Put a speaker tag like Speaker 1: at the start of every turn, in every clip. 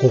Speaker 1: こ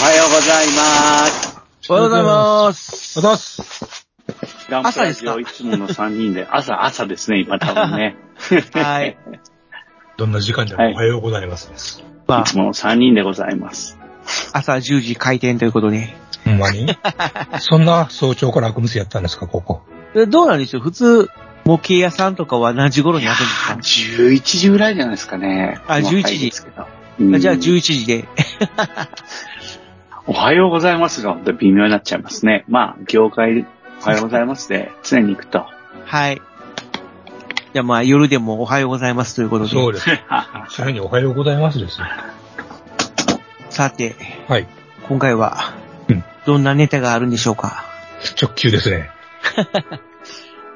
Speaker 2: おはようございます。
Speaker 3: おはようございます。
Speaker 1: おはようございます
Speaker 2: ガンプ
Speaker 3: 朝
Speaker 2: ラ
Speaker 3: です
Speaker 2: ジ
Speaker 3: か
Speaker 2: オいつもの3人で、 朝、朝ですね、今多分 ね。
Speaker 3: はい。
Speaker 1: どんな時間で
Speaker 2: は
Speaker 1: も
Speaker 2: い
Speaker 1: おはようございますです、
Speaker 3: まあ
Speaker 2: い、つもの3人でございます。
Speaker 3: 朝10時開店ということで。
Speaker 1: ほんまにそんな早朝から悪夢スやったんですか、ここ。
Speaker 3: でどうなんでしょう普通、模型屋さんとかは何時頃に開くんですか
Speaker 2: 11時ぐらいじゃないですかね。
Speaker 3: あ11時
Speaker 2: 細かいですけどうん
Speaker 3: じゃあ11時で。
Speaker 2: おはようございますが、微妙になっちゃいますね。まあ、業界、おはようございます で、常に行くと。
Speaker 3: はい。じゃあまあ夜でもおはようございますということで。
Speaker 1: そうです。さらにおはようございますですよ。
Speaker 3: さて、
Speaker 1: はい。
Speaker 3: 今回は
Speaker 1: うん、
Speaker 3: どんなネタがあるんでしょうか
Speaker 1: 直球ですね。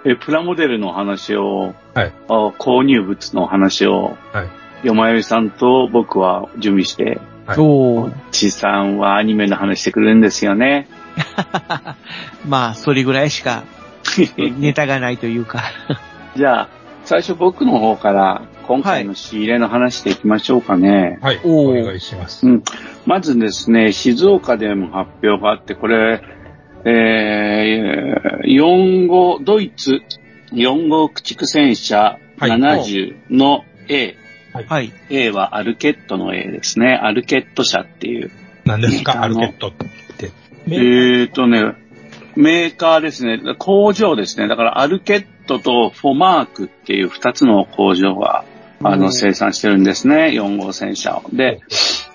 Speaker 2: え、プラモデルのお話を、
Speaker 1: はい
Speaker 2: あ購入物のお話を、
Speaker 1: はい。
Speaker 2: よまよいさんと僕は準備して、
Speaker 1: はい
Speaker 3: そう。
Speaker 2: ちいさんはアニメの話してくれるんですよね。
Speaker 3: まあ、それぐらいしかネタがないというか。
Speaker 2: じゃあ、最初僕の方から、今回の仕入れの話でいきましょうかね。
Speaker 1: はい。
Speaker 3: お
Speaker 1: お
Speaker 3: ー
Speaker 1: 願いします。
Speaker 2: うん。まずですね、静岡でも発表があって、これ、えー、4号、ドイツ4号駆逐戦車
Speaker 1: はい
Speaker 2: 70の A。
Speaker 3: はい。
Speaker 2: A はアルケットの A ですね。アルケット車っていう。
Speaker 1: 何です
Speaker 2: えー
Speaker 1: か、
Speaker 2: あ
Speaker 1: アル
Speaker 2: の
Speaker 1: ケットって。
Speaker 2: え
Speaker 1: ね
Speaker 2: ーとね、メーカーですね。工場ですね。だからアルケットとフォマークっていう2つの工場があ
Speaker 3: う
Speaker 2: の、
Speaker 3: ん
Speaker 2: 生産してるんですね、4号戦車を。で、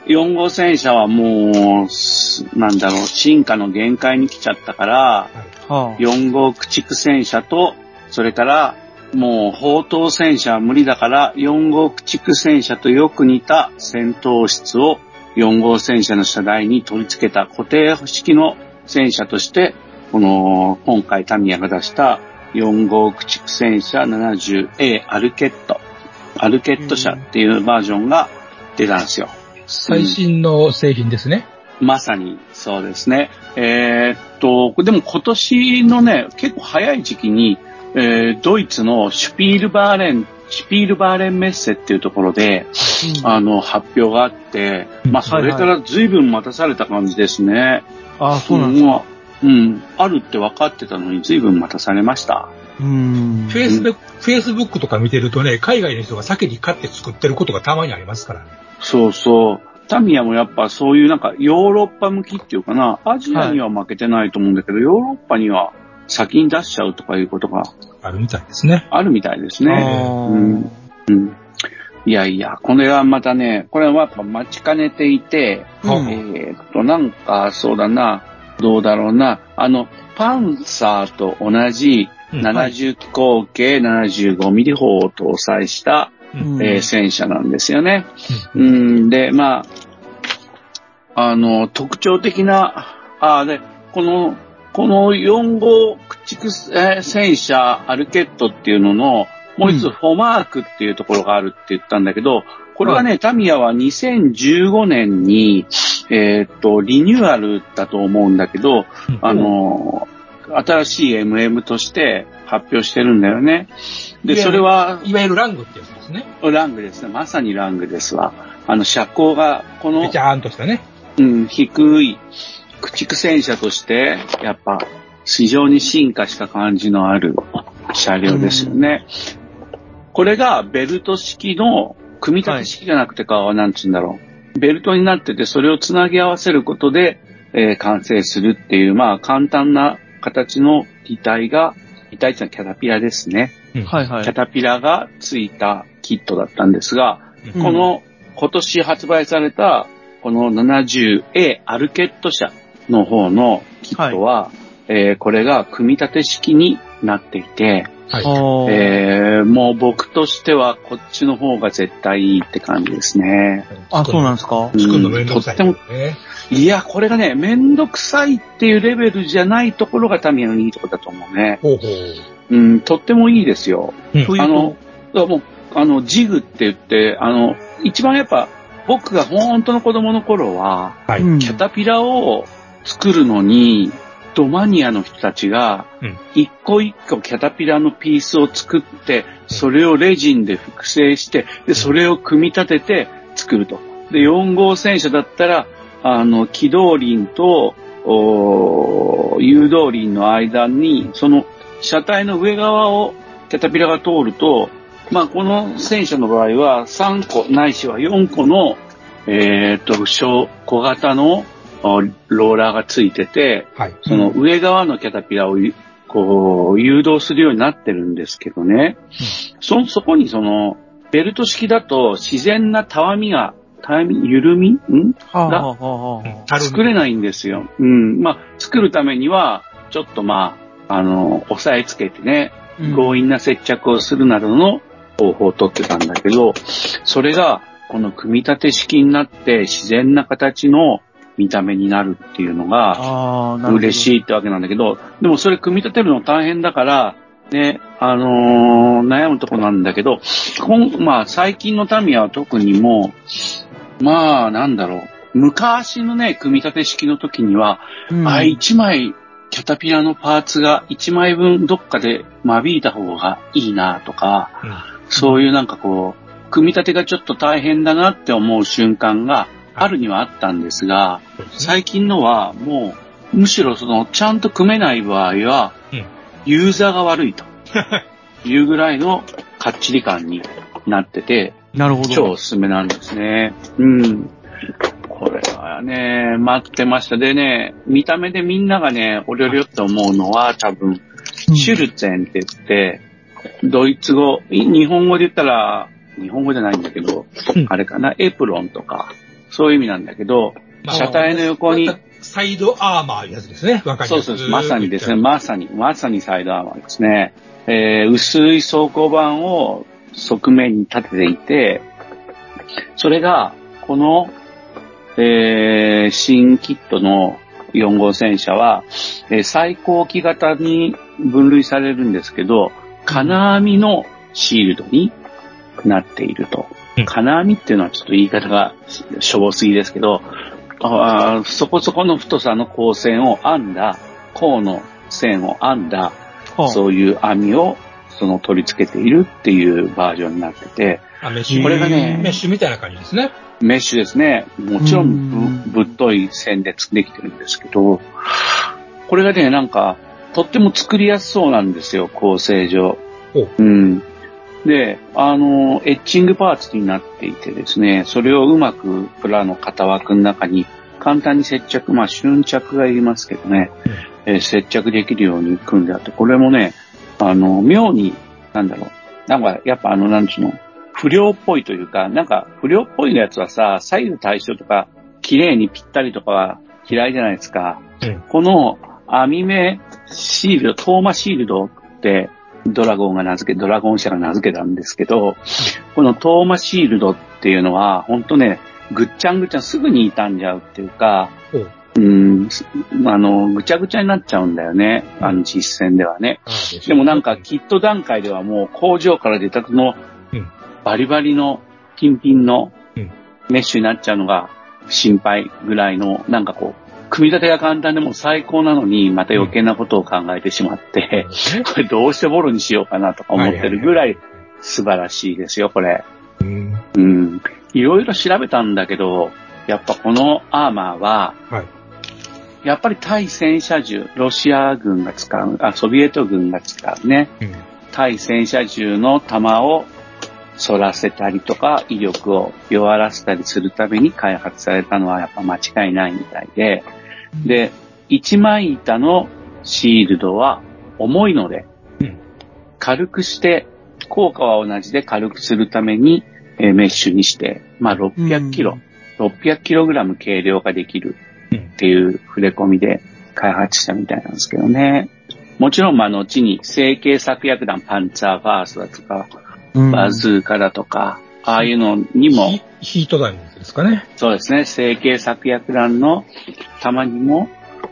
Speaker 2: 4号戦車はもう、すなんだろう、進化の限界に来ちゃったから、
Speaker 3: はあ
Speaker 2: 4号駆逐戦車と、それから、もう、砲塔戦車は無理だから、4号駆逐戦車とよく似た戦闘室を4号戦車の車台に取り付けた固定式の戦車として、この、今回タミヤが出した4号駆逐戦車 70A アルケット、アルケット車っていうバージョンが出たんですよ。
Speaker 1: 最新の製品ですね。
Speaker 2: まさに、そうですね。えーっと、でも今年のね、結構早い時期に、えードイツのシュピールバーレン、シュピールバーレンメッセっていうところで、
Speaker 3: うん
Speaker 2: あの、発表があって、まあ、それか
Speaker 3: はい
Speaker 2: ら随分待たされた感じですね。
Speaker 3: あ、そうなんですか。
Speaker 2: まあうん。あるって分かってたのに随分待たされました。
Speaker 3: うん
Speaker 1: フ。ェイスブック、フェイスブックとか見てるとね、海外の人が先に買って作ってることがたまにありますからね。
Speaker 2: そうそう。タミヤもやっぱそういうなんかヨーロッパ向きっていうかな、アジアには負けてないと思うんだけど、ヨーロッパには先に出しちゃうとかいうことが
Speaker 1: あるみたいですね。
Speaker 2: あるみたいです
Speaker 3: あ
Speaker 2: ね。
Speaker 3: ー
Speaker 2: うんうんいやいや、これはまたね、これはやっぱ待ちかねていて、
Speaker 3: うん
Speaker 2: えーっと、なんか、そうだな、どうだろうな、あの、パンサーと同じ
Speaker 1: うん
Speaker 2: 70機構径75ミリ砲を搭載した、
Speaker 3: うん
Speaker 2: えー戦車なんですよね。うん、で、まあ、あの、特徴的な、あで、この、この4号駆逐、えー戦車アルケットっていうのの、もう一
Speaker 3: う
Speaker 2: つ
Speaker 3: ん
Speaker 2: フォマークっていうところがあるって言ったんだけど、これはね、タミヤは2015年に、えーっと、リニューアルだと思うんだけど、
Speaker 1: うん
Speaker 2: あの、新しい MM として発表してるんだよね。で、
Speaker 1: いや
Speaker 2: それは、
Speaker 1: いわゆるラングってやつですね。
Speaker 2: ラングですね。まさにラングですわ。あの、車高が、こ
Speaker 1: べ
Speaker 2: の
Speaker 1: ち、ゃーんとしたね。
Speaker 2: うん、低い、駆逐戦車として、やっぱ、非常に進化した感じのある車両ですよね。これがベルト式の、組み立て式じゃなくてか、なんつうんだろう。ベルトになってて、それをつなぎ合わせることで、えー完成するっていう、まあ、簡単な形の機体が、機体っていうのはキャタピラですね。
Speaker 3: はいは
Speaker 2: キャ
Speaker 3: い。
Speaker 2: タピラがついたキットだったんですが、
Speaker 3: うん
Speaker 2: この今年発売されたこの 70A アルケット社の方のキットは、えーこれが組み立て式になっていて、
Speaker 1: はい。
Speaker 3: おー
Speaker 2: えーもう僕としてはこっちの方が絶対いいって感じですね。
Speaker 3: あ、そうなんですか
Speaker 1: 作るのめんどくさいけどね。
Speaker 2: いや、これがね、めんどくさいっていうレベルじゃないところがタミヤのいいところだと思うね。
Speaker 1: ほうほう。
Speaker 2: うん、とってもいいですよ。
Speaker 1: うん
Speaker 3: という
Speaker 2: あのだ
Speaker 3: と、、
Speaker 2: からもう、あの、ジグって言って、あの、一番やっぱ、僕が本当の子供の頃は、
Speaker 1: はい。
Speaker 3: うん
Speaker 2: キャタピラを作るのに、ドマニアの人たちが
Speaker 1: うん、
Speaker 2: 一個一個キャタピラのピースを作って、それをレジンで複製して、で、それを組み立てて作ると。で、4号戦車だったら、あの、機動輪と、おー誘導輪の間に、その車体の上側をキャタピラが通ると、まあ、この戦車の場合は3個ないしは4個の、えっ、と、小、小型のおローラーがついてて、
Speaker 1: はい。
Speaker 2: その上側のキャタピラをゆこう、誘導するようになってるんですけどね。そ、そこにその、ベルト式だと自然なたわみが、たわみ、緩みん
Speaker 3: はあ、はあはあはあ、
Speaker 2: 作れ
Speaker 1: い。
Speaker 2: ないんですよ。うん。まあ、作るためには、ちょっとまあ、あの、押さえつけてね、
Speaker 3: うん
Speaker 2: 強引な接着をするなどの方法をとってたんだけど、それが、この組み立て式になって自然な形の見た目になるっていうのが、
Speaker 3: ああ、なるほど。
Speaker 2: 嬉しいってわけなんだけど、でもそれ組み立てるの大変だから、ね、あのー悩むとこなんだけど、今、まあ最近のタミヤは特にもう、まあなんだろう、昔のね、組み立て式の時には、
Speaker 3: うん。
Speaker 2: あ、一枚、キャタピラのパーツが一枚分どっかで間引いた方がいいなとか、
Speaker 1: うん
Speaker 2: そういうなんかこう、組み立てがちょっと大変だなって思う瞬間があるにはあったんですが、
Speaker 1: そうですね
Speaker 2: 最近のはもう、むしろその、ちゃんと組めない場合は、
Speaker 1: うん
Speaker 2: ユーザーが 悪いというぐらいのかっちり感になってて、
Speaker 3: なるほど。
Speaker 2: 超おすすめなんですね。うん。これはね、待ってました。でね、見た目でみんながね、おりょりょって思うのは多分、
Speaker 3: うん
Speaker 2: シュルツェンって言って、ドイツ語、い日本語で言ったら、日本語じゃないんだけど
Speaker 1: うん、
Speaker 2: あれかな、エプロンとか、そういう意味なんだけど、
Speaker 1: まあ
Speaker 2: 車体の横に
Speaker 1: またサイドアーマーいうやつですね。わかり
Speaker 2: そう
Speaker 1: ま
Speaker 2: そう
Speaker 1: す。
Speaker 2: そう、まさにですね、
Speaker 1: ま
Speaker 2: まさに、まさにサイドアーマーですね。えー、薄い装甲板を側面に立てていて、それが、この、えー、新キットの4号戦車は、えー最高機型に分類されるんですけど、金網のシールドになっていると
Speaker 1: うん。
Speaker 2: 金網っていうのはちょっと言い方がしょぼすぎですけど、あーそこそこの太さの光線を編んだ、甲の線を編んだ、
Speaker 3: はあ
Speaker 2: そういう編みをその取り付けているっていうバージョンになってて、
Speaker 1: あ、メッシュ。
Speaker 2: これがね
Speaker 1: メッシュみたいな感じですね。
Speaker 2: メッシュですね。もちろん
Speaker 3: うん
Speaker 2: ぶぶっとい線でできてるんですけど、これがね、なんか、とっても作りやすそうなんですよ、構成上
Speaker 1: ほ。
Speaker 2: うん。で、あの、エッチングパーツになっていてですね、それをうまくプラの型枠の中に簡単に接着、まあ、瞬着がいりますけどね、えー接着できるように組んであって、これもね、あの、妙に、なんだろう、なんか、やっぱあの、なんちゅうの、不良っぽいというか、なんか、不良っぽいやつはさ、左右対称とか、綺麗にぴったりとかは嫌いじゃないですか。
Speaker 1: うん
Speaker 2: この、網目シールド、トーマシールドって、ドラゴンが名付け、ドラゴン社が名付けたんですけど、このトーマシールドっていうのは、ほんとね、ぐっちゃんぐちゃんすぐに傷んじゃうっていうか、うん、あの、ぐちゃぐちゃになっちゃうんだよね。あの、実戦ではね。でもなんか、キット段階ではもう工場から出たての
Speaker 1: うん、
Speaker 2: バリバリの、ピンピンの
Speaker 1: うん、
Speaker 2: メッシュになっちゃうのが心配ぐらいの、なんかこう、組み立てが簡単でもう最高なのに、また余計なことを考えてしまって、 これどうしてボロにしようかなとか思ってるぐらい素晴らしいですよ、これ。
Speaker 1: うん。は
Speaker 2: うん。いろいろ調べたんだけど、やっぱこのアーマーは、
Speaker 1: い。
Speaker 2: やっぱり対戦車銃、ロシア軍が使う、あ、ソビエト軍が使うね、
Speaker 1: うん。
Speaker 2: 対戦車銃の弾を反らせたりとか、威力を弱らせたりするために開発されたのはやっぱ間違いないみたいで、で、一枚板のシールドは重いので、
Speaker 1: うん
Speaker 2: 軽くして、効果は同じで軽くするために、えーメッシュにして、まあ600キロ、600キログラム軽量化できる
Speaker 1: うん
Speaker 2: っていう触れ込みで開発したみたいなんですけどね。もちろん、まあ、後に、成形作薬団パンツァーファーストだとか、
Speaker 3: うん
Speaker 2: バズーカだとか、ああいうのにも、
Speaker 1: ヒヒートダイムですかね。
Speaker 2: そうですね、成形作薬団の弾にも、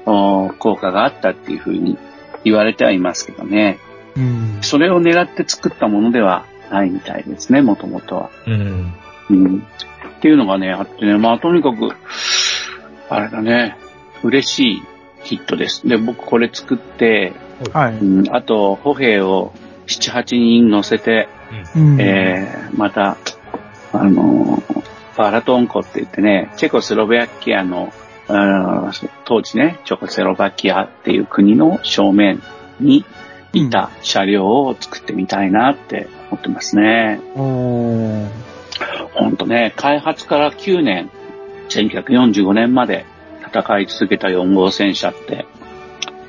Speaker 2: お効果があったっていうふうに言われてはいますけどね。
Speaker 1: うん。
Speaker 2: それを狙って作ったものではないみたいですね、もともとは。
Speaker 1: うん。
Speaker 2: うん。っていうのがね、あってね、まあとにかく、あれだね、嬉しいヒットです。で、僕これ作って、
Speaker 3: は
Speaker 2: う
Speaker 3: い。
Speaker 2: ん、あと、歩兵を7、8人乗せて、
Speaker 3: うん
Speaker 2: えー、また、あのーバラトンコって言ってね、チェコスロベアキアの、あー当時ね、チョコスロバキアっていう国の正面にいた車両を作ってみたいなって思ってますね。
Speaker 3: おー
Speaker 2: ほんとね、開発から9年、1945年まで戦い続けた4号戦車って、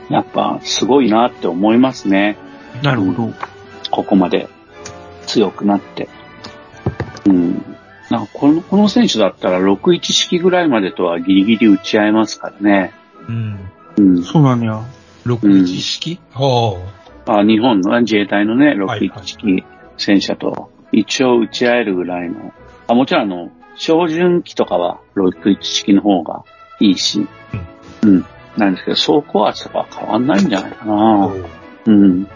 Speaker 2: やっぱすごいなって思いますね。
Speaker 3: なるほど。
Speaker 2: ここまで強くなって。うん。なんかこの、この選手だったら61式ぐらいまでとはギリギリ打ち合えますからね。
Speaker 1: うん。
Speaker 2: うん。
Speaker 3: そうなんや。
Speaker 1: 61式ほ
Speaker 2: あ日本の自衛隊のね、61式戦車と一応打ち合えるぐらいの。あ、もちろんあの、照準機とかは61式の方がいいし。うん。なんですけど、走行圧とかは変わんないんじゃないか
Speaker 1: う。
Speaker 2: な。
Speaker 1: ほう
Speaker 2: うん。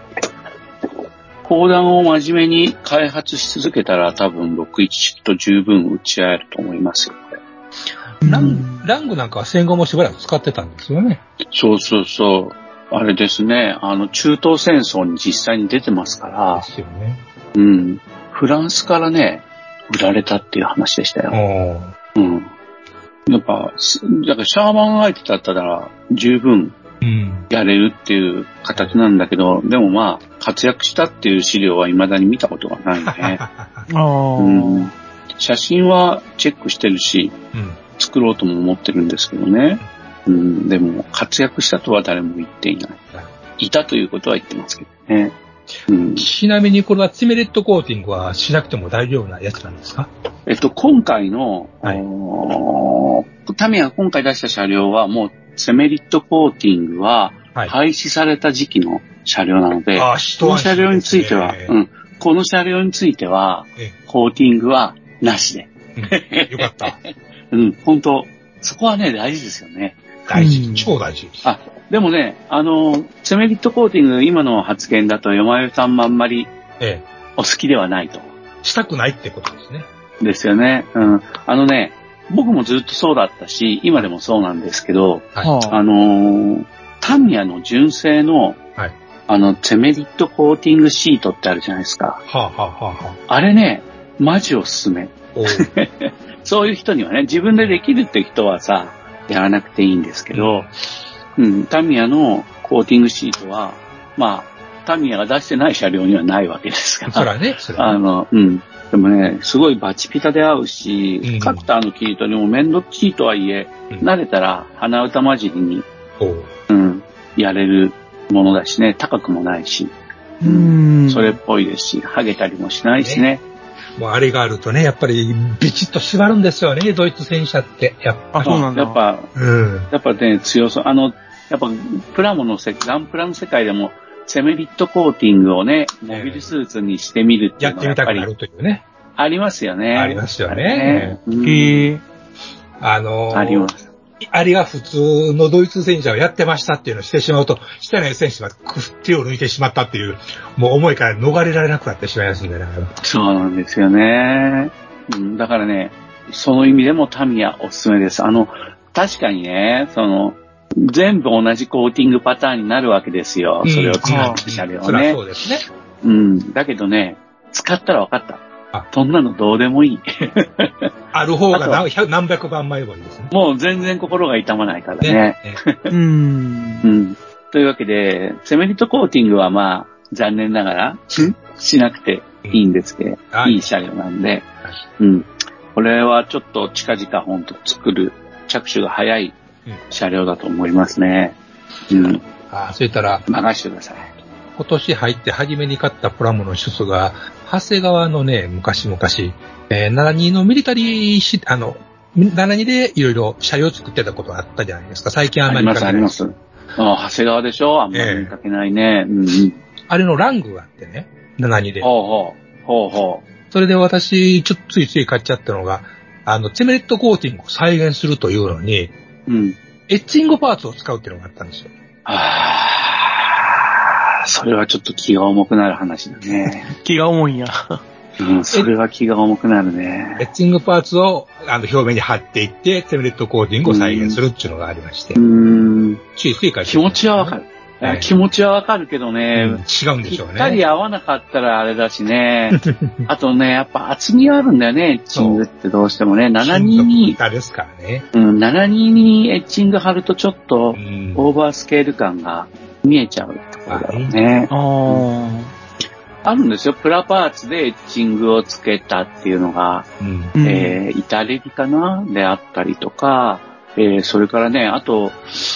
Speaker 2: 砲弾を真面目に開発し続けたら多分61式と十分打ち合えると思いますよ。
Speaker 1: ラ
Speaker 3: う
Speaker 1: ン
Speaker 3: ん
Speaker 1: ラングなんかは戦後もしばらく使ってたんですよね。
Speaker 2: そうそうそう。あれですね。あの、中東戦争に実際に出てますか
Speaker 1: で、
Speaker 2: ら
Speaker 1: すよね。
Speaker 2: うん。フランスからね、売られたっていう話でしたよ。
Speaker 1: おー
Speaker 2: うん。やっぱ、すだからシャーマン相手だったら十分
Speaker 1: うん。
Speaker 2: やれるっていう形なんだけど、でもまあ、活躍したっていう資料は未だに見たことがない ね。
Speaker 3: あー
Speaker 2: うん、写真はチェックしてるし、
Speaker 1: うん。
Speaker 2: 作ろうとも思ってるんですけどね。うん、でも、活躍したとは誰も言っていない。いたということは言ってますけどね。うん、
Speaker 1: ちなみにこれはチメレットコーティングはしなくても大丈夫なやつなんですか
Speaker 2: えっと、今回の、
Speaker 1: はい
Speaker 2: あのータミヤが今回出した車両は、もう、セメリットコーティングは、
Speaker 1: は
Speaker 2: 廃止された時期の車両なので、
Speaker 1: あ、人
Speaker 2: この車両については、うん、この車両については
Speaker 1: え、
Speaker 2: コーティングはなしで。
Speaker 1: よかった。
Speaker 2: うん、本当そこはね、大事ですよね。
Speaker 1: 大
Speaker 3: う
Speaker 1: 事。
Speaker 3: ん
Speaker 1: 超大事。
Speaker 2: あ、でもね、あの、セメリットコーティング、今の発言だと、よまゆさんもあんまり
Speaker 1: え
Speaker 2: お好きではないと。
Speaker 1: え。したくないってことですね。
Speaker 2: ですよね。うん。あのね、僕もずっとそうだったし、今でもそうなんですけど、
Speaker 1: は
Speaker 2: あのータミヤの純正の、
Speaker 1: はい
Speaker 2: あの、セメリットコーティングシートってあるじゃないですか。
Speaker 1: はあ、はあはあはあ、
Speaker 2: あれね、マジおすすめ。
Speaker 1: おー
Speaker 2: そういう人にはね、自分でできるって人はさ、やらなくていいんですけど、うん、タミヤのコーティングシートは、まあ、タミヤが出してない車両にはないわけですか
Speaker 1: そ
Speaker 2: ら、
Speaker 1: らね、そら
Speaker 2: あ
Speaker 1: ね。
Speaker 2: の、うん。でもね、すごいバチピタで合うし、
Speaker 1: うん
Speaker 2: カクターのキートにも面倒っちいとはいえ、
Speaker 1: うん
Speaker 2: 慣れたら鼻歌混じりに、
Speaker 1: おー
Speaker 2: うん、やれるものだしね、高くもないし、
Speaker 3: うん。
Speaker 2: それっぽいですし、ハゲたりもしないしね。
Speaker 1: もうあれがあるとね、やっぱりビチッと縛るんですよね、ドイツ戦車って。やっぱ。
Speaker 3: あ、そうなんだ。
Speaker 2: やっ、ぱ、
Speaker 1: うん。
Speaker 2: やっぱね、強そう。あの、やっぱ、プラモの世界、ガンプラの世界でも、セメリットコーティングをね、モビルスーツにしてみるってい
Speaker 1: や
Speaker 2: う
Speaker 1: っ
Speaker 2: の
Speaker 1: て
Speaker 2: は
Speaker 1: み
Speaker 2: やったぱ
Speaker 1: く
Speaker 2: り
Speaker 1: なるというね。
Speaker 2: ありますよね。
Speaker 1: ありますよね。
Speaker 2: うん
Speaker 3: へえ。
Speaker 1: あのー
Speaker 2: あります。
Speaker 1: あれが普通のドイツ戦車をやってましたっていうのをしてしまうと、したら選手が手を抜いてしまったっていう、もう思いから逃れられなくなってしまいますんでね。
Speaker 2: そうなんですよね。うん、だからね、その意味でもタミヤおすすめです。あの、確かにね、その、全部同じコーティングパターンになるわけですよ。それを使
Speaker 3: う
Speaker 2: っ
Speaker 3: ん
Speaker 2: て車両
Speaker 1: そ
Speaker 2: を
Speaker 1: りゃ
Speaker 2: ね
Speaker 1: そ。うですね。
Speaker 2: うん。だけどね、使ったら分かった
Speaker 1: あ。
Speaker 2: そんなのどうでもいい。
Speaker 1: ある方が
Speaker 2: あと
Speaker 1: 何百何百万枚もいいですね。
Speaker 2: もう全然心が痛まないからね。
Speaker 1: ね
Speaker 3: うん
Speaker 2: う。ん。というわけで、セメリットコーティングはまあ、残念ながら、しなくて いいんですけど、
Speaker 1: はい
Speaker 2: い車両なんで、うん。これはちょっと近々ほんと作る、着手が早い車両だと思いますね。うん。
Speaker 1: あそれたら、
Speaker 2: 任してください。
Speaker 1: 今年入って初めに買ったプラモの一つが、長谷川のね、昔々、えー、72のミリタリーし、あの、72でいろいろ車両作ってたことがあったじゃないですか。最近あん
Speaker 2: あ
Speaker 1: ま
Speaker 2: り
Speaker 1: り買
Speaker 2: ます、
Speaker 1: わ
Speaker 2: あ
Speaker 1: な
Speaker 2: り
Speaker 1: い
Speaker 2: ます。あ長谷川でしょあんまり見かけないね。うんうん。
Speaker 1: あれのラングがあってね、72で。
Speaker 2: ほうほう。ほうほ
Speaker 1: それで私、ちょっとついつい買っちゃったのが、あの、チェメレットコーティングを再現するというのに、
Speaker 2: う。うん。
Speaker 1: エッチングパーツを使うっていうのがあったんですよ。
Speaker 2: ああ、それはちょっと気が重くなる話だ ね。
Speaker 3: 気が重いんや。
Speaker 2: うん、それは気が重くなるね
Speaker 1: エ。ッチングパーツをあの表面に貼っていって、チェメレットコーティングを再現するっていうのがありまして
Speaker 2: う、ーん。
Speaker 1: ついつい買っ
Speaker 2: 気持ちはわか
Speaker 1: る。
Speaker 2: る。
Speaker 1: ええ
Speaker 2: あ気持ちはわかるけどね、
Speaker 1: うん違うんで
Speaker 2: ぴ
Speaker 1: しょう
Speaker 2: った
Speaker 1: ね
Speaker 2: り。合わなかったらあれだし ね。あとね、やっぱ厚みがあるんだよね、エッチングってどうしてもね。7人に、
Speaker 1: 歌ですからね。
Speaker 2: うん、7人にエッチング貼るとちょっと
Speaker 1: うん
Speaker 2: オーバースケール感が見えちゃうところだろうね。
Speaker 3: あー
Speaker 2: あるんですよ。プラパーツでエッチングをつけたっていうのが、
Speaker 1: うん
Speaker 3: うん
Speaker 2: えー、イタリリかなであったりとか、えー、それからね、あと、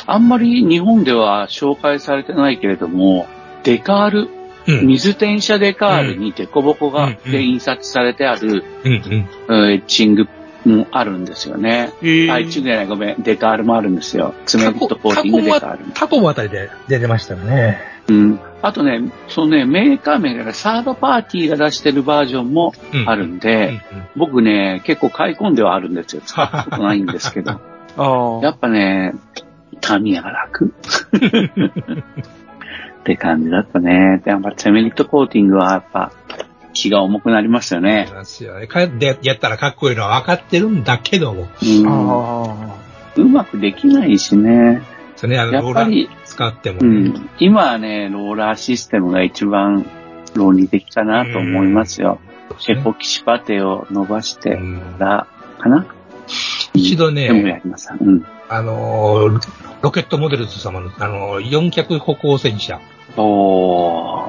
Speaker 2: あんまり日本では紹介されてないけれども、デカール、
Speaker 1: うん。
Speaker 2: 水転写デカールにデコボコが、
Speaker 1: うん
Speaker 2: で印刷されてある、
Speaker 1: うん。うん。
Speaker 2: うんエッチングもあるんですよね。
Speaker 3: えー
Speaker 2: あ、エッチングじゃない、ごめん。デカールもあるんですよ。爪メントコーティングデカール。
Speaker 1: タコもあたりで出てましたよね。
Speaker 2: うん。あとね、そのね、メーカー名がねサードパーティーが出してるバージョンもあるん
Speaker 1: う
Speaker 2: で、
Speaker 1: ん。う ん
Speaker 2: 僕ね、結構買い込んではあるんですよ。使ったことないんですけど。
Speaker 3: あ
Speaker 2: や
Speaker 3: ー
Speaker 2: っぱね、タミヤ が楽。って感じだったね。でやっぱセメリットコーティングはやっぱ気が重くなりますよ
Speaker 1: あ
Speaker 2: ね
Speaker 1: り。ますよね。かで、やったらかっこいいのは分かってるんだけども。
Speaker 2: うん、
Speaker 3: あ
Speaker 2: うまくできないしね。
Speaker 1: それね、あの、
Speaker 2: や
Speaker 1: ロ
Speaker 2: っ
Speaker 1: ーラ
Speaker 2: ぱ
Speaker 1: ー
Speaker 2: り、
Speaker 1: 使っても
Speaker 2: う
Speaker 1: ね。
Speaker 2: ん、今はね、ローラーシステムが一番論理的かなと思いますよ。
Speaker 1: そう
Speaker 2: シ
Speaker 1: です
Speaker 2: ェ
Speaker 1: ね
Speaker 2: ポキシパテを伸ばして
Speaker 1: うん
Speaker 2: ら、かな
Speaker 1: 一度
Speaker 2: でもや
Speaker 1: ね、
Speaker 2: りました。うん。
Speaker 1: あのー、ロケットモデルズ様の、あのー、4脚歩行戦車。
Speaker 2: おー。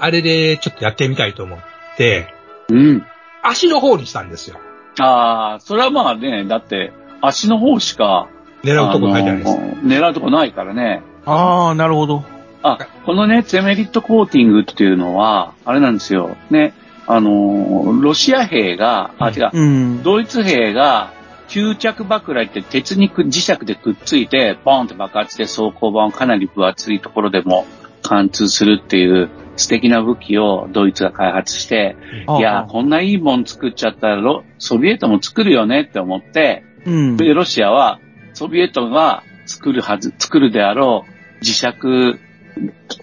Speaker 1: あれでちょっとやってみたいと思って、
Speaker 2: うん。
Speaker 1: 足の方にしたんですよ。
Speaker 2: ああ、それはまあね、だって、足の方しか、
Speaker 1: 狙うとこ書いてある
Speaker 2: あ
Speaker 1: んです。
Speaker 2: の狙うとこないからね。
Speaker 3: ーあー、なるほど。
Speaker 2: あ、このね、ゼメリットコーティングっていうのは、あれなんですよ。ね、あの、ロシア兵が、あ、
Speaker 1: うん
Speaker 2: 違う、
Speaker 3: うん。
Speaker 2: ドイツ兵が、吸着爆雷って鉄にく磁石でくっついて、ボーンって爆発して装甲板をかなり分厚いところでも貫通するっていう素敵な武器をドイツが開発して、
Speaker 3: あー
Speaker 2: いやー、こんないいもん作っちゃったらロ、ソビエトも作るよねって思って、
Speaker 3: うん。
Speaker 2: で、ロシアは、ソビエトが作るはず、作るであろう、磁石、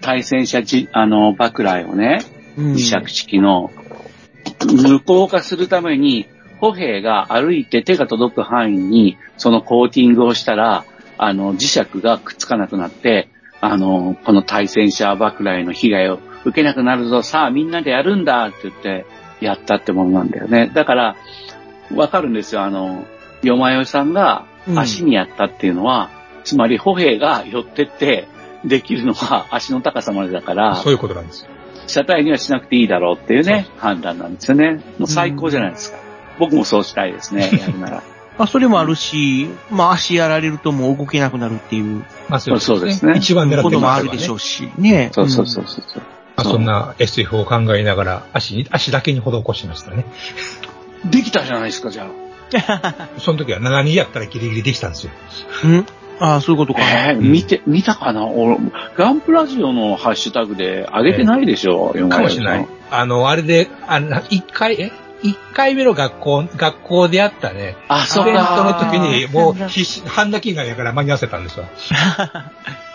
Speaker 2: 対戦車じ、あの、爆雷をね、
Speaker 3: うん
Speaker 2: 磁石式の、無効化するために、歩兵が歩いて手が届く範囲に、そのコーティングをしたら、あの、磁石がくっつかなくなって、あの、この対戦車爆雷の被害を受けなくなるぞ、さあみんなでやるんだって言って、やったってものなんだよね。だから、わかるんですよ。あの、よまよさんが
Speaker 3: うん
Speaker 2: 足にやったっていうのは、つまり歩兵が寄ってって、できるのは足の高さまでだから、
Speaker 1: そういうことなんですよ。
Speaker 2: 車体にはしなくていいだろうっていうね、判断なんですよね。もう最高じゃないですか。僕もそうしたいですね、やるなら。
Speaker 3: まあ、それもあるし、まあ、足やられるともう動けなくなるっていう
Speaker 1: まあそいこと
Speaker 2: そうですね
Speaker 1: 一番狙って
Speaker 3: ことも
Speaker 1: ま
Speaker 3: あ
Speaker 1: す
Speaker 3: る
Speaker 1: から
Speaker 3: で
Speaker 1: ね
Speaker 3: しょうし、ね。
Speaker 2: そうそうそうそう。
Speaker 1: まあそんな SF を考えながら足に、足だけに施しましたね。
Speaker 2: できたじゃないですか、じゃあ。
Speaker 1: その時は7人やったらギリギリできたんですよ。
Speaker 3: うん。うんああ、そういうことか。
Speaker 2: えー、見て、見たかな俺、ガンプラジオのハッシュタグで上げてないでしょ、え
Speaker 1: かもしれない。あの、あれで、あの、1回、え一回目の学校、学校であったね、
Speaker 2: あ、
Speaker 1: イ
Speaker 2: そう
Speaker 1: ベントの
Speaker 2: か。
Speaker 1: 時に、
Speaker 3: あー
Speaker 1: もう必死、ハンダキンガやから間に合わせたんですわ。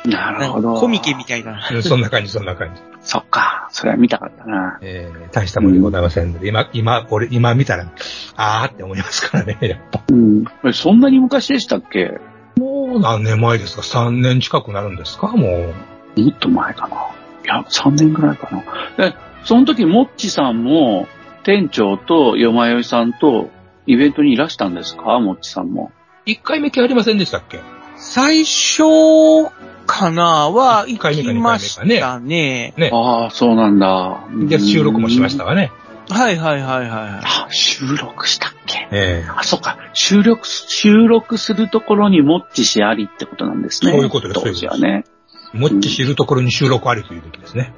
Speaker 2: なるほど。
Speaker 3: コミケみたいな。
Speaker 1: うんそんな感じ、そんな感じ。
Speaker 2: そっか。それは見たかったな。
Speaker 1: えー大したものでございませんので、今、今、俺、今見たら、あーって思いますからね、 やっぱ。
Speaker 2: うん。えそんなに昔でしたっけ
Speaker 1: もう何年前ですか ?3 年近くなるんですかも
Speaker 2: もっと前かな。いや、3年ぐらいかな。え、その時、もっちさんも、店長とよまよいさんと、イベントにいらしたんですかもっちさんも。
Speaker 1: う。1回目来はりませんでしたっけ
Speaker 3: 最初かなは行
Speaker 1: 一回目か
Speaker 3: きましたね。
Speaker 1: ね。
Speaker 2: ああ、そうなんだ。
Speaker 1: で、収録もしました
Speaker 2: うん。
Speaker 1: わね。
Speaker 3: はいはいはいは
Speaker 2: あ、収録したっけ
Speaker 1: ええ
Speaker 2: あ、そっか。収録、収録するところにもっちしありってことなんですね。
Speaker 1: そういうことです
Speaker 2: 当時はね。
Speaker 1: もっち知るところに収録ありという時ですね。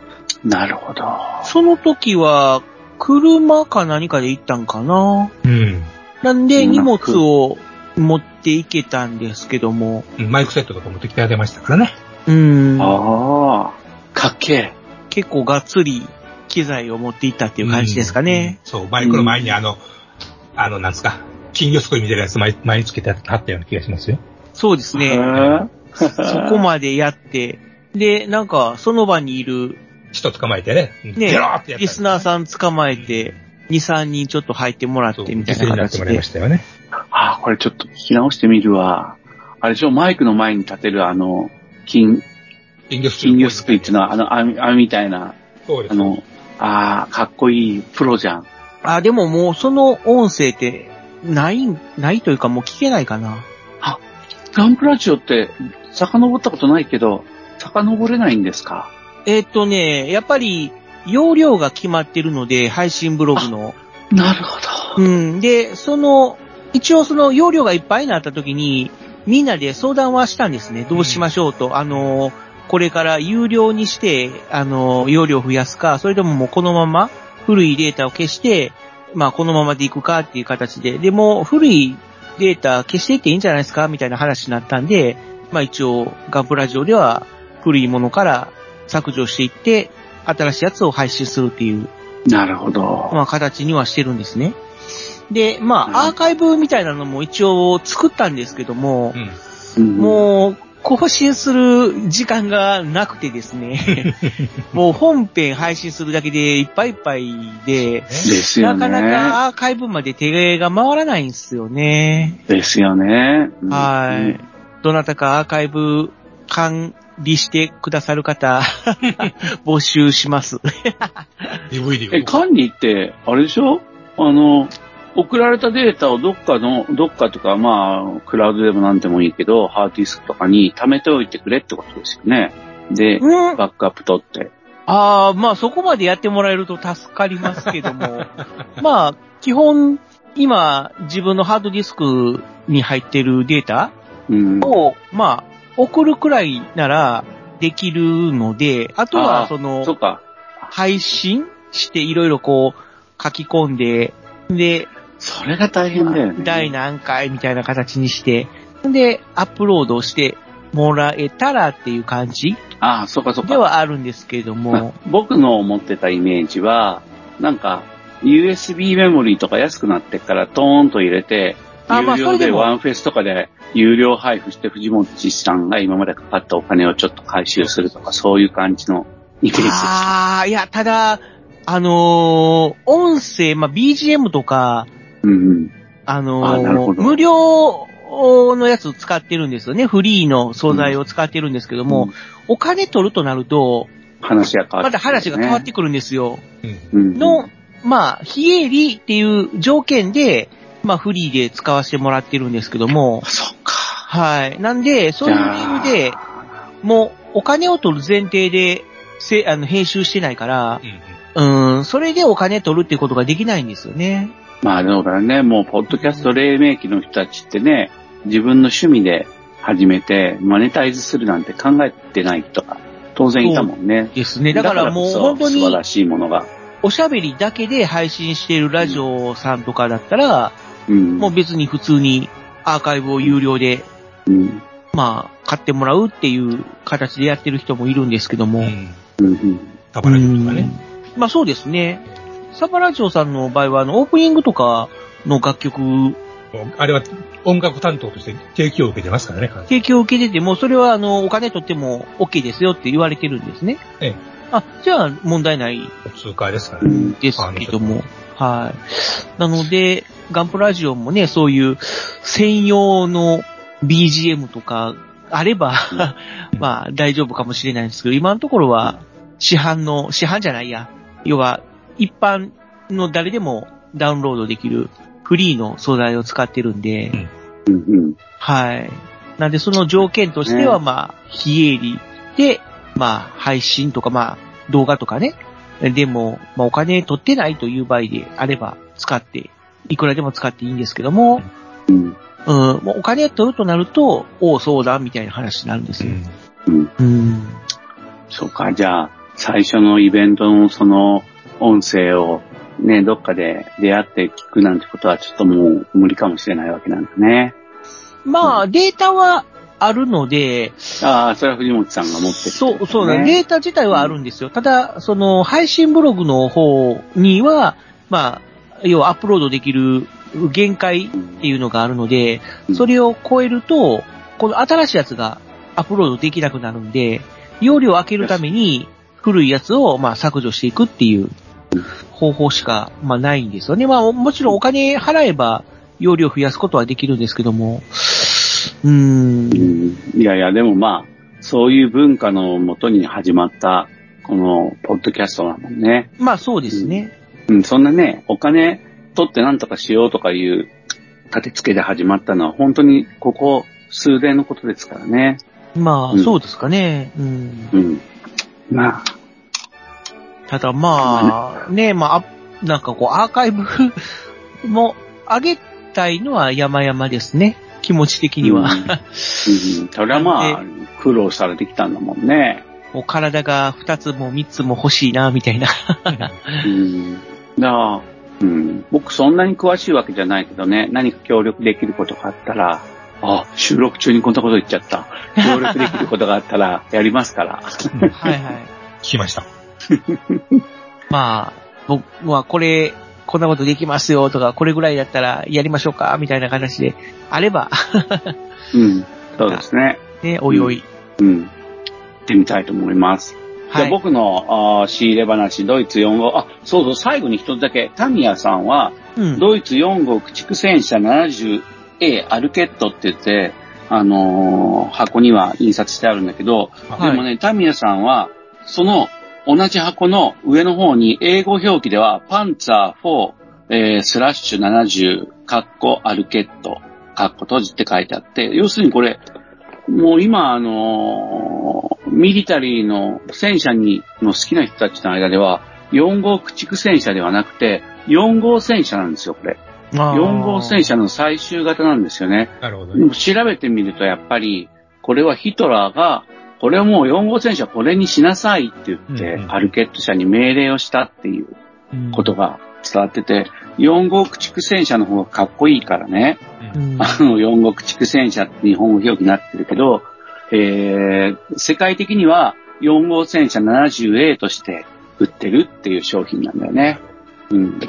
Speaker 2: なるほど。
Speaker 3: い。その時は、車か何かで行ったんかな
Speaker 1: うん。
Speaker 3: なんで
Speaker 2: うん
Speaker 3: 荷物を持って行けたんですけども、
Speaker 1: マイクセットとか持ってきてあげましたからね。
Speaker 3: うん。
Speaker 2: ああ、かっけえ。
Speaker 3: 結構がっつり機材を持っていったっていう感じですかね。
Speaker 1: うん。そう、バイクの前にあの、あの、なんですか、金魚すくいみたいなやつ前前につけてあったような気がしますよ。
Speaker 3: そうです
Speaker 2: へ
Speaker 3: ね。
Speaker 2: え
Speaker 3: そこまでやって、で、なんか、その場にいる、
Speaker 1: 人捕まえてね、
Speaker 3: ね
Speaker 1: ゲローってやった、
Speaker 3: リスナーさん捕まえて、2、3人ちょっと入ってもらっ
Speaker 1: そう
Speaker 3: てみたい
Speaker 1: 犠牲
Speaker 3: な
Speaker 1: になって
Speaker 3: 形
Speaker 1: もらい
Speaker 3: で
Speaker 1: ま。したよね。
Speaker 2: ああ、これちょっと聞き直してみるわ。あれでしょ、マイクの前に立てるあの、金、
Speaker 1: 金魚すくい。
Speaker 2: 金魚すくいっていうのは、あの、網、網みたいな、
Speaker 1: そうで
Speaker 2: あ
Speaker 1: す。
Speaker 2: の、ああ、かっこいいプロじゃん。
Speaker 3: あ、でももうその音声って、ない、ないというかもう聞けないかな。
Speaker 2: ガンプラジオって、遡ったことないけど、遡れないんですか
Speaker 3: えーっとね、やっぱり、容量が決まってるので、配信ブログの。
Speaker 2: なるほど。
Speaker 3: うん。で、その、一応その容量がいっぱいになった時に、みんなで相談はしたんですね。どうしましょうと。あの、これから有料にして、あの、容量を増やすか、それとももうこのまま古いデータを消して、まあこのままでいくかっていう形で。でも、古いデータ消していっていいんじゃないですかみたいな話になったんで、まあ一応、ガンプラジオでは古いものから削除していって、新しいやつを配信するっていう
Speaker 2: なるほど。
Speaker 3: まあ、形にはしてるんですね。で、
Speaker 2: うん
Speaker 3: まあ、アーカイブみたいなのも一応作ったんですけども
Speaker 1: う、ん。
Speaker 2: うん
Speaker 3: もう、更新する時間がなくてで すね、もう本編配信するだけでいっぱいいっぱいで、
Speaker 2: ですよ
Speaker 3: な
Speaker 2: ね。
Speaker 3: かなかアーカイブまで手が回らないんですよね。
Speaker 2: ですよね。うん
Speaker 3: はい。どなたかアーカイブ管理してくださる 方、募集します。
Speaker 1: DVD
Speaker 2: え、管理って、あれでしょあの、送られたデータをどっかの、どっかとか、まあ、クラウドでも何でもいいけど、ハードディスクとかに貯めておいてくれってことですよね。で、
Speaker 3: うん
Speaker 2: バックアップ取って。
Speaker 3: ああ、まあそこまでやってもらえると助かりますけど も、まあ基本今自分のハードディスクに入ってるデータ
Speaker 2: うん。
Speaker 3: を、まあ送るくらいならできるので、あと
Speaker 2: あ
Speaker 3: は
Speaker 2: ー
Speaker 3: そ
Speaker 2: そ
Speaker 3: の
Speaker 2: うか。
Speaker 3: 配信していろいろこう書き込んで、で、
Speaker 2: それが大変だよね。
Speaker 3: 第何回みたいな形にして、で、アップロードしてもらえたらっていう感じ
Speaker 2: ああ、そうかそうか。
Speaker 3: ではあるんですけども、
Speaker 2: 僕の思ってたイメージは、なんか、USB メモリーとか安くなってっからトーンと入れて、
Speaker 3: あま
Speaker 2: 有
Speaker 3: あそ
Speaker 2: 料
Speaker 3: れ
Speaker 2: で
Speaker 3: でも
Speaker 2: ワンフェスとかで有料配布して藤本さんが今までかかったお金をちょっと回収するとか、そういう感じのイメージでした。
Speaker 3: ああ、いや、ただ、あのー音声、まあ、BGM とか、
Speaker 2: うんうん。
Speaker 3: あの
Speaker 2: あーなるほ
Speaker 3: ー
Speaker 2: ど
Speaker 3: 無料のやつを使ってるんですよね。フリーの素材を使ってるんですけども、
Speaker 2: うん
Speaker 3: お金取るとなると、
Speaker 2: 話が変わ
Speaker 3: ま
Speaker 2: って
Speaker 3: た
Speaker 2: くるね、
Speaker 3: 話が変わってくるんですよ。
Speaker 1: うん。
Speaker 2: うんうん
Speaker 3: の、まあ、非営利っていう条件で、まあ、フリーで使わせてもらってるんですけども、
Speaker 2: そっか。
Speaker 3: はい。なんで、そういう理由で、もう、お金を取る前提で、せ、あの、編集してないから、うん、それでお金取るってことができないんですよね。
Speaker 2: まあ、だからね、もう、ポッドキャスト黎明期の人たちってね、自分の趣味で始めて、マネタイズするなんて考えてない人が、当然いたもんね。
Speaker 3: ですね。だからもう
Speaker 2: だこそ
Speaker 3: 本当
Speaker 2: 素晴ら
Speaker 3: に
Speaker 2: しいものが。
Speaker 3: おしゃべりだけで配信しているラジオさんとかだったら、
Speaker 2: うん。
Speaker 3: もう別に普通にアーカイブを有料で、
Speaker 2: うん。
Speaker 3: まあ、買ってもらうっていう形でやってる人もいるんですけども。
Speaker 1: う。
Speaker 3: うん
Speaker 2: うんうん。
Speaker 1: タバラジとかね。
Speaker 3: んまあそうですね。サバラジオさんの場合は、あの、オープニングとかの楽曲、
Speaker 1: もうあれは音楽担当として提供を受けてますからね、完全
Speaker 3: 提供を受けてても、それはあの、お金取っても OK ですよって言われてるんですね。
Speaker 1: ええ
Speaker 3: あ、じゃあ問題ない
Speaker 1: に通過ですから
Speaker 2: う
Speaker 1: ね。
Speaker 2: ん
Speaker 3: ですけども。はい。なので、ガンプラジオもね、そういう専用の BGM とかあれば、
Speaker 1: うん
Speaker 3: まあ大丈夫かもしれないんですけど、今のところは市販の、市販じゃないや。要は一般の誰でもダウンロードできるフリーの素材を使ってるんで、
Speaker 1: うん
Speaker 2: うんうん。
Speaker 3: はい。なんでその条件としては、まあ、非営利で、まあ、配信とか、まあ、動画とかね。でも、まあ、お金取ってないという場合であれば、使って、いくらでも使っていいんですけども、
Speaker 2: うん。
Speaker 3: うん、もうお金取るとなると、おう、そうだ、みたいな話になるんです
Speaker 1: う
Speaker 3: よ。
Speaker 1: ん
Speaker 2: うん。
Speaker 3: うん。
Speaker 2: そうか。じゃあ、最初のイベントのその音声をね、どっかで出会って聞くなんてことはちょっともう無理かもしれないわけなんだね。
Speaker 3: まあ、データはあるので、
Speaker 2: ああ、それは藤本さんが持ってきて
Speaker 3: そう、そうだね。データ自体はあるんですよ。ただ、その、配信ブログの方には、まあ、要はアップロードできる限界っていうのがあるので、それを超えると、この新しいやつがアップロードできなくなるんで、容量を空けるために、古いやつを、まあ、削除していくっていう方法しか、まあ、ないんですよね。まあ、おもちろんお金払えば、容量を増やすことはできるんですけども、うー、
Speaker 2: うんんいやいや、でもまあ、そういう文化のもとに始まった、この、ポッドキャストだもんね。
Speaker 3: まあ、そうですね。
Speaker 2: うん、そんなね、お金取ってなんとかしようとかいう立て付けで始まったのは、本当にここ数年のことですからね。
Speaker 3: ま
Speaker 2: う
Speaker 3: あ、
Speaker 2: ん
Speaker 3: そうですかね。うん
Speaker 2: うん。まあ、
Speaker 3: ただまあ、ね、まああ、なんかこう、アーカイブ も上げたいのは山々ですね。気持ち的には。
Speaker 2: うんうん、それはまあ、苦労されてきたんだもんね。
Speaker 3: もう体が2つも3つも欲しいな、みたいな。
Speaker 2: うん。だからうん、僕そんなに詳しいわけじゃないけどね、何か協力できることがあったら、あ、収録中にこんなこと言っちゃった。協力できることがあったら、 やりますから。
Speaker 3: はいはい。
Speaker 1: 聞きました。
Speaker 3: まあ、僕はこれ、こんなことできますよとか、これぐらいだったらやりましょうか、みたいな形で、あれば、
Speaker 2: うん。そうですね。
Speaker 3: ね、おいおい。
Speaker 2: うん。行ってみたいと思います。じ
Speaker 3: は
Speaker 2: ゃあ
Speaker 3: い。
Speaker 2: 僕のあー仕入れ話、ドイツ4号、あ、そうそう、最後に一つだけ、タミヤさんは、
Speaker 3: うん。
Speaker 2: ドイツ4号駆逐戦車 70A アルケットって言って、あのー箱には印刷してあるんだけど、
Speaker 3: はい
Speaker 2: でもね、タミヤさんは、その同じ箱の上の方に英語表記では、パンツァー4、えースラッシュ70、カッコアルケット、カッコ閉じって書いてあって、要するにこれ、もう今、あのーミリタリーの戦車に、の好きな人たちの間では、4号駆逐戦車ではなくて、4号戦車なんですよ、これ。
Speaker 3: あー
Speaker 2: 4号戦車の最終型なんですよね。
Speaker 1: なるほど
Speaker 2: で
Speaker 1: ね。
Speaker 2: も調べてみるとやっぱり、これはヒトラーが、これはもう4号戦車これにしなさいって言って、
Speaker 1: うんうん
Speaker 2: アルケット社に命令をしたっていう
Speaker 1: うん
Speaker 2: ことが伝わってて、4号駆逐戦車の方がかっこいいからね、
Speaker 1: う
Speaker 3: うんん。
Speaker 2: あの4号駆逐戦車って日本語表記になってるけど、えー、世界的には4号戦車 70A として売ってるっていう商品なんだよね。うん。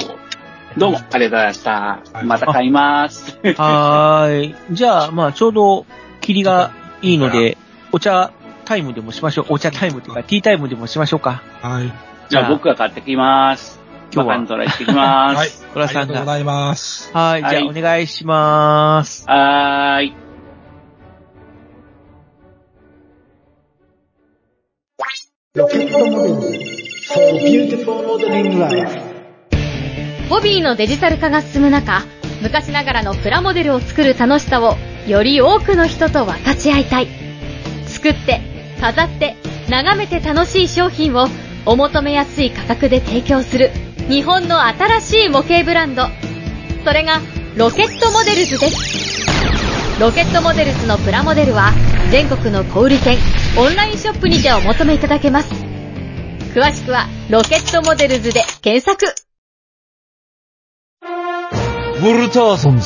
Speaker 2: どうも、ありがとうございました。また買います。
Speaker 3: はーい。じゃあ、まあ、ちょうど、霧がいいので、お茶タイムでもしましょう。お茶タイムというか、ティータイムでもしましょうか。
Speaker 1: はい。
Speaker 2: じゃあ僕が買ってきます。
Speaker 3: 今日
Speaker 2: バ
Speaker 3: は
Speaker 2: カンドラ行ってきま
Speaker 1: はい
Speaker 2: す。。
Speaker 3: 小田さ
Speaker 1: あり
Speaker 3: んが
Speaker 1: がとうございます。
Speaker 3: はい。じゃあ、
Speaker 2: は
Speaker 3: お
Speaker 2: い
Speaker 3: 願いします。
Speaker 2: はーい。
Speaker 4: ホビーのデジタル化が進む中、昔ながらのプラモデルを作る楽しさをより多くの人と分かち合いたい。作って、飾って、眺めて楽しい商品をお求めやすい価格で提供する日本の新しい模型ブランド。それがロケットモデルズです。ロケットモデルズのプラモデルは全国の小売店、オンラインショップにてお求めいただけます。詳しくはロケットモデルズで検索。
Speaker 5: ウォルターソンズ。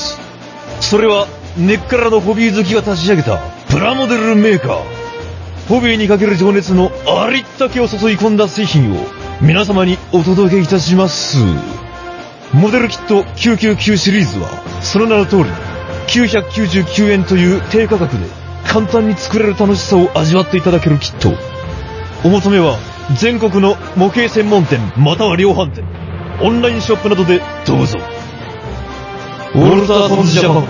Speaker 5: それは、根っからのホビー好きが立ち上げた、プラモデルメーカー。ホビーにかける情熱のありったけを注ぎ込んだ製品を、皆様にお届けいたします。モデルキット999シリーズは、その名の通り、999円という低価格で、簡単に作れる楽しさを味わっていただけるキット。お求めは、全国の模型専門店、または量販店、オンラインショップなどでどうぞ。ウォルターソンズジャパン。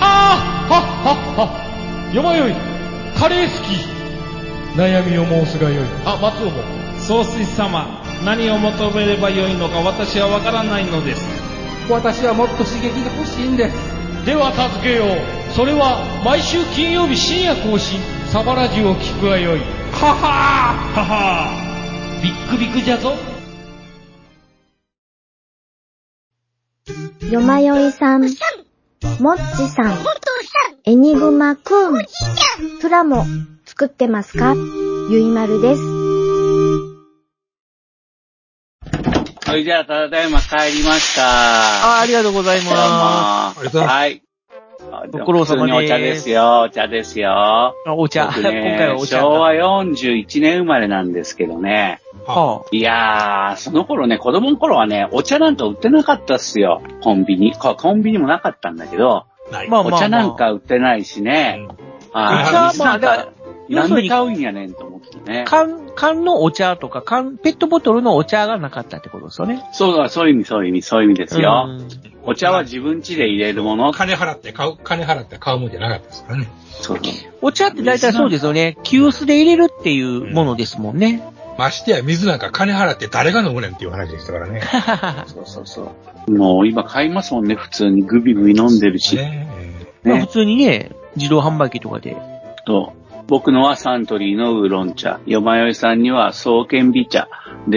Speaker 6: ああはっはっは。よまよい。カレー好き。悩みを申すがよい。あ、松尾も。
Speaker 7: 総帥様、何を求めればよいのか私はわからないのです。
Speaker 6: 私はもっと刺激が欲しいんです。では助けよう。それは毎週金曜日深夜更新。サバラジュを聞くがよい。ははははビックビックじゃぞ。
Speaker 8: よまよいさん、もっちさん、エニグマくん、プラも作ってますかゆいまるです。
Speaker 2: それでは、ただいま帰りました。
Speaker 3: あー、ありがとうござい
Speaker 2: どうも
Speaker 3: ま
Speaker 1: りがとうございます
Speaker 2: はい。
Speaker 3: ご苦労様です
Speaker 2: 普通にお茶ですよ、お茶ですよ。
Speaker 3: す。あお茶、
Speaker 2: 僕
Speaker 3: 今回はお茶。
Speaker 2: 昭和41年生まれなんですけどね。
Speaker 3: はい
Speaker 2: やー、その頃ね、子供の頃はね、お茶なんか売ってなかったっすよ。コンビニ。こコンビニもなかったんだけど、
Speaker 1: ない。
Speaker 3: あ、まあまあ、ま
Speaker 2: お
Speaker 3: あ。
Speaker 2: 茶なんか売ってないしね。あー
Speaker 3: お茶はまあ
Speaker 2: 水なん
Speaker 3: だか
Speaker 2: から
Speaker 3: 要
Speaker 2: な
Speaker 3: す
Speaker 2: ん
Speaker 3: る
Speaker 2: で
Speaker 3: に
Speaker 2: 買うんやねんと思ってね。
Speaker 3: 缶、缶のお茶とか、缶、ペットボトルのお茶がなかったってことですよね。
Speaker 2: そうだ、そういう意味、そういう意味、そういう意味です
Speaker 3: う
Speaker 2: よ。
Speaker 3: ん
Speaker 2: お茶は自分家で入れるもの。
Speaker 1: 金払って買う、金払って買うもんじゃなかったですからね。
Speaker 2: そうそう
Speaker 3: お茶って大体そうですよね。急須で入れるっていうものですもんね。
Speaker 1: ましてや水なんか金払って誰が飲むねんっていう話でしたからね。
Speaker 2: そうそうそう。もう今買いますもんね、普通に。グビグビ飲んでるし。
Speaker 1: ね
Speaker 3: まあ
Speaker 2: ね。
Speaker 3: 普通にね、自動販売機とかで。
Speaker 2: と僕のはサントリーのウーロン茶。よまよいさんには総健美茶。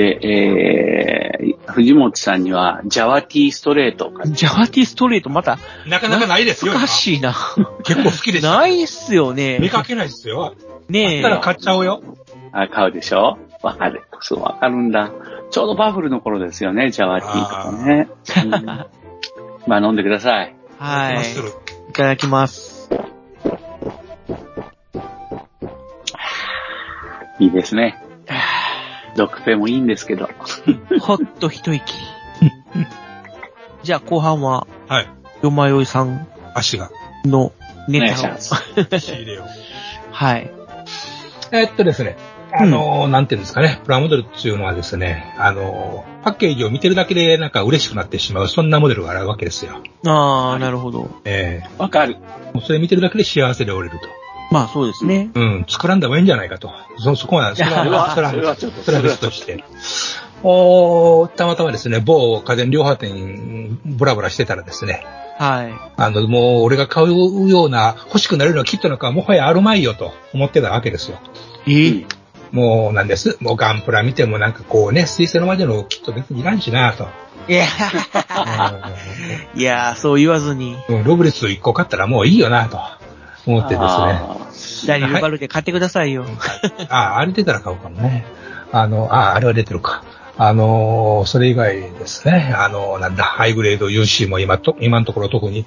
Speaker 2: で、えー、藤本さんにはジャワティーストレートを買って
Speaker 3: ジャワティストレートまた、
Speaker 1: えなかなかないですよ。
Speaker 3: 難しいな。
Speaker 1: 結構好きでした。
Speaker 3: ないっすよ
Speaker 1: 見
Speaker 3: ね。
Speaker 1: かけないですよ。
Speaker 3: ね
Speaker 1: だ
Speaker 3: え
Speaker 1: か。ら買っちゃおうよ。
Speaker 2: あ買うでしょわかる。そう、わかるんだ。ちょうどバブルの頃ですよね、ジャワティーとかね。うんまあ飲んでください。
Speaker 3: は
Speaker 1: 真っ
Speaker 3: い。
Speaker 1: 白
Speaker 3: いただきます。
Speaker 2: いいです ね。ドクペもいいんですけど。
Speaker 3: ほっと一 息。じゃあ後半は、
Speaker 1: はい。
Speaker 3: よまよいさん
Speaker 1: 足が。
Speaker 3: の
Speaker 2: お
Speaker 3: ネ
Speaker 2: 願いし
Speaker 3: タを
Speaker 2: ま。す。
Speaker 1: 仕入れを。
Speaker 3: はい。
Speaker 1: えっとですね。あのー、なんていうんですかね。プラモデルっていうのはですね、あのー、パッケージを見てるだけでなんか嬉しくなってしまう、そんなモデルがあるわけですよ。
Speaker 3: ああ、なるほど。
Speaker 1: え
Speaker 2: わかる。
Speaker 1: えもうそれ見てるだけで幸せで折れると。
Speaker 3: まあそうですね。
Speaker 1: うん、作らんでもいいんじゃないかと。そ、そこ は、それ
Speaker 2: う
Speaker 1: は、
Speaker 2: わ
Speaker 1: それ
Speaker 2: それ
Speaker 1: は
Speaker 2: はちょっと、
Speaker 1: それは別として。おーたまたまですね、某家電量販店、ブラブラしてたらですね、
Speaker 3: は
Speaker 1: あの、もう俺が買うような、欲しくなれるようなキットなんかはもはやあるまいよと思ってたわけですよ。
Speaker 3: い。
Speaker 2: うん
Speaker 1: もうなんです。もうガンプラ見てもなんかこうね、水星の魔女のキット別にいらんしなと。
Speaker 3: いや、
Speaker 1: う
Speaker 3: いやーそう言わずに、
Speaker 1: ん、ロブレス1個買ったらもういいよなと思ってですね。
Speaker 2: あー
Speaker 3: ダニエル・バルで買ってくださいよ。
Speaker 1: あ、あれ出たら買おうかもね。あの、あ、あれは出てるか。あのー、それ以外ですね。あのー、なんだ、ハイグレード UC も今と、今のところ特に、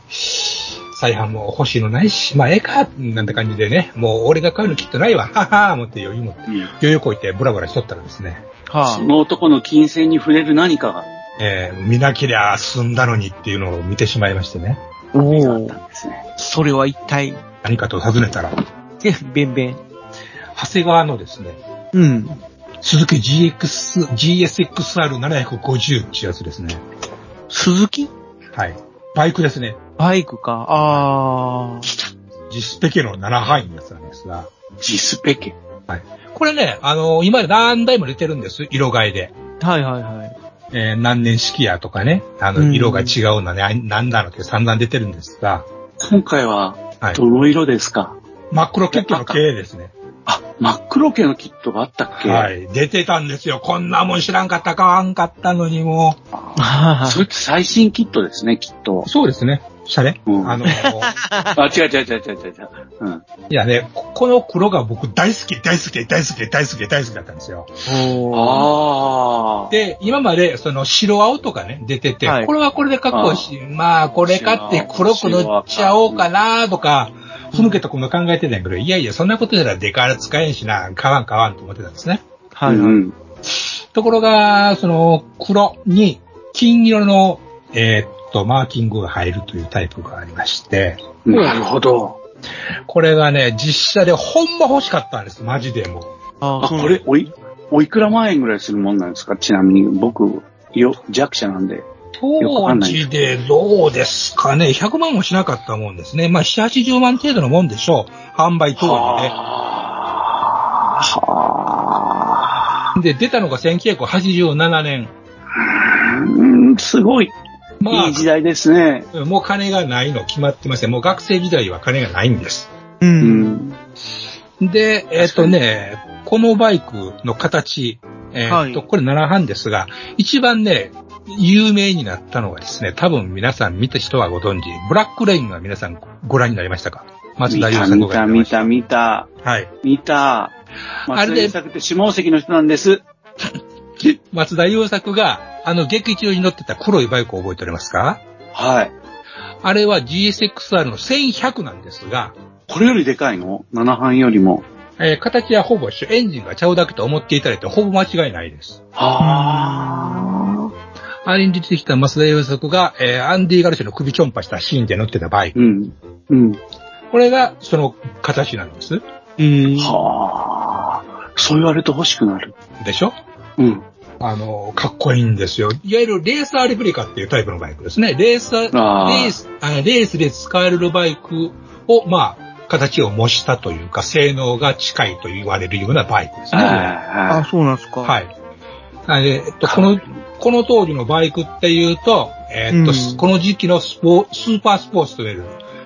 Speaker 1: 再販も欲しいのないし、まあ、ええか、なんて感じでね、もう俺が買うのきっとないわ、はは思って余裕持って、
Speaker 2: うん
Speaker 1: 余裕こいてブラブラしとったらですね、
Speaker 3: は
Speaker 2: その男の金銭に触れる何かが
Speaker 1: えー、見なけりゃ済んだのにっていうのを見てしまいましてね、
Speaker 3: あ、お
Speaker 2: あっ
Speaker 3: お
Speaker 2: た、んですね。
Speaker 3: それは一体、
Speaker 1: 何かと尋ねたら、
Speaker 3: で、べんべん。
Speaker 1: 長谷川のですね、
Speaker 3: うん。
Speaker 1: 鈴木 GX、GSXR750 っていうやつですね。
Speaker 3: 鈴木
Speaker 1: はい。バイクですね。
Speaker 3: バイクか。あ
Speaker 1: ジスペケの7範囲のやつなんですが、
Speaker 2: ジスペケ。
Speaker 1: これね、あの今まで何台も出てるんです、色替えで。
Speaker 3: あ。はいはいはい。
Speaker 1: えー何年式やとかね、あ
Speaker 3: う
Speaker 1: の、
Speaker 3: ん
Speaker 1: 色が違うのね、あなんだのって散々出てるんですが、
Speaker 2: 今回は、
Speaker 1: はい。
Speaker 2: どの色ですか、
Speaker 1: 真っ黒キットの系ですね。
Speaker 2: あ、真っ黒系のキットがあったっけ。
Speaker 1: はいい。出てたんですよ。こんなもん知らんかった、買わんかったのにも
Speaker 2: それって最新キットですね、きっと
Speaker 1: う。。そうですね。シャレ、
Speaker 2: うん
Speaker 1: あ の、い
Speaker 2: あ、違う違う違う違う違う違う。うん。
Speaker 1: やね、ここの黒が僕大好き、大好き、大好き、大好き、大好きだったんですよ。
Speaker 3: おお。
Speaker 2: ああ。
Speaker 1: で、今まで、その、白青とかね、出てて、
Speaker 3: はい
Speaker 1: これはこれでかっこいいし、まあ、これ買って黒く塗っちゃおうかなとか、ふぬけたこと考えてたんやけど、いやいや、そんなことしたらデカール使えんしな、買わん買わんと思ってたんですね。
Speaker 3: はいうはい。
Speaker 2: ん。
Speaker 1: ところが、その、黒に、金色の、えーっと、マーキングが入るというタイプがありまして、
Speaker 2: なるほど。
Speaker 1: これがね、実写でほんま欲しかったんです、マジでもう。
Speaker 3: あ
Speaker 2: あ、これ、おい、おいくら万円ぐらいするもんなんですかちなみに、僕、よ、弱者なんで。くわか
Speaker 1: 当
Speaker 2: んない
Speaker 1: 時でどうですかね、100万もしなかったもんですね。まあ、7、80万程度のもんでしょう。販売当時
Speaker 2: あーはあ。
Speaker 1: で。で、出たのが1987年。
Speaker 2: うーん、すごい。
Speaker 1: ま
Speaker 2: いい時代ですね。
Speaker 1: あ、もう金がないの決まってません。もう学生時代は金がないんです。
Speaker 3: う。
Speaker 2: うんん。
Speaker 1: で、えっ、とね、このバイクの形、えっ、と、
Speaker 3: はい
Speaker 1: これ7班ですが、一番ね、有名になったのはですね、多分皆さん見た人はご存知、ブラックレインは皆さんご覧になりましたか松
Speaker 2: 見
Speaker 1: 田優
Speaker 2: た、
Speaker 1: 作
Speaker 2: 見
Speaker 1: がや
Speaker 2: た、
Speaker 1: ってま
Speaker 2: 見
Speaker 1: した。
Speaker 2: た、見た。
Speaker 1: はい。
Speaker 2: 見た。
Speaker 1: あれ
Speaker 2: 松
Speaker 1: で
Speaker 2: 田優作って下関の人なんです。
Speaker 1: 松田優作が、あの、劇中に乗ってた黒いバイクを覚えておりますか
Speaker 2: はい。
Speaker 1: あれは GSXR の1100なんですが、
Speaker 2: これよりでかいの ?7 班よりも。
Speaker 1: えー形はほぼ一緒、エンジンがちゃうだけと思っていただいてほぼ間違いないです。
Speaker 2: はあ。
Speaker 1: あれに出てきたマスダ洋作が、えーアンディ・ガルシャの首ちょんぱしたシーンで乗ってたバイク。
Speaker 2: うん。うん。
Speaker 1: これがその形なんです。
Speaker 3: うん。
Speaker 2: はあ。そう言われて欲しくなる。
Speaker 1: でしょ
Speaker 2: うん。
Speaker 1: あの、かっこいいんですよ。いわゆるレーサーレプリカっていうタイプのバイクですね。レーサー、
Speaker 2: あー
Speaker 1: レース、あのレースで使えるバイクを、まあ、形を模したというか、性能が近いと言われるようなバイクですね。
Speaker 3: あ、
Speaker 2: は
Speaker 3: そうなんですか。。
Speaker 1: はいい。あえっと、この、この当時のバイクっていうと、えっと、
Speaker 3: うん
Speaker 1: この時期のスポースーパースポーツと言える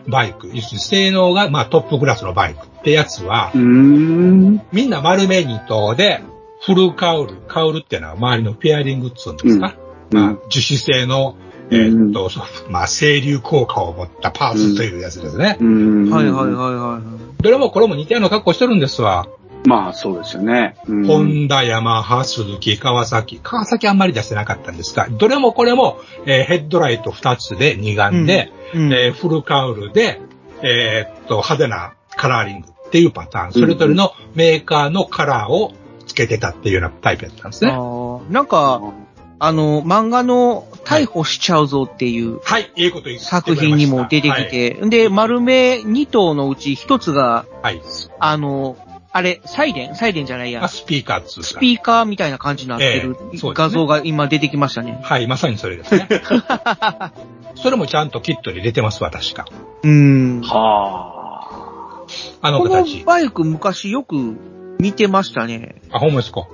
Speaker 1: バイク、要するに性能が、まあ、トップクラスのバイクってやつは、
Speaker 2: い。うーん。
Speaker 1: みんな丸目に等で、フルカウル、カウルっていうのは周りのペアリングっつうんですか、
Speaker 2: うん
Speaker 1: まあ
Speaker 2: うん、
Speaker 1: 樹脂製の、えっと、そうまあ、清流効果を持ったパーツというやつですね。
Speaker 2: うーん。
Speaker 3: はいはいはいはい。
Speaker 1: どれもこれも似たような格好してるんですわ。
Speaker 2: まあ、そうですよね。うん
Speaker 1: ホンダ、ヤマハ、鈴木、川崎。川崎あんまり出してなかったんですが、どれもこれも、えーヘッドライト2つで2眼で、
Speaker 3: うん
Speaker 1: えーフルカウルで、えーっと、派手なカラーリングっていうパターン、それぞれのメーカーのカラーをつけてたっていうようなタイプだったんです
Speaker 3: あ
Speaker 1: ね。
Speaker 3: ーなんか、あの、漫画の逮捕しちゃうぞっていう
Speaker 1: はい、いいこと言ってくれ
Speaker 3: 作
Speaker 1: ました
Speaker 3: 品にも出てき。て、で、丸目2頭のうち1つが、
Speaker 1: はい。はい
Speaker 3: あの、あれ、サイレンサイレンじゃない
Speaker 1: あ
Speaker 3: や。
Speaker 1: スピーカーっつうか
Speaker 3: スピーカーみたいな感じになってる
Speaker 1: ええそうですね
Speaker 3: 画像が今出てきましたね。
Speaker 1: はい、まさにそれ ですね。それもちゃんとキットに出てますわ、確か。
Speaker 3: うん。
Speaker 2: はあ。
Speaker 1: あの
Speaker 3: この
Speaker 1: 形。
Speaker 3: バイク昔よく見てましたね。
Speaker 1: あ、ほんまですか。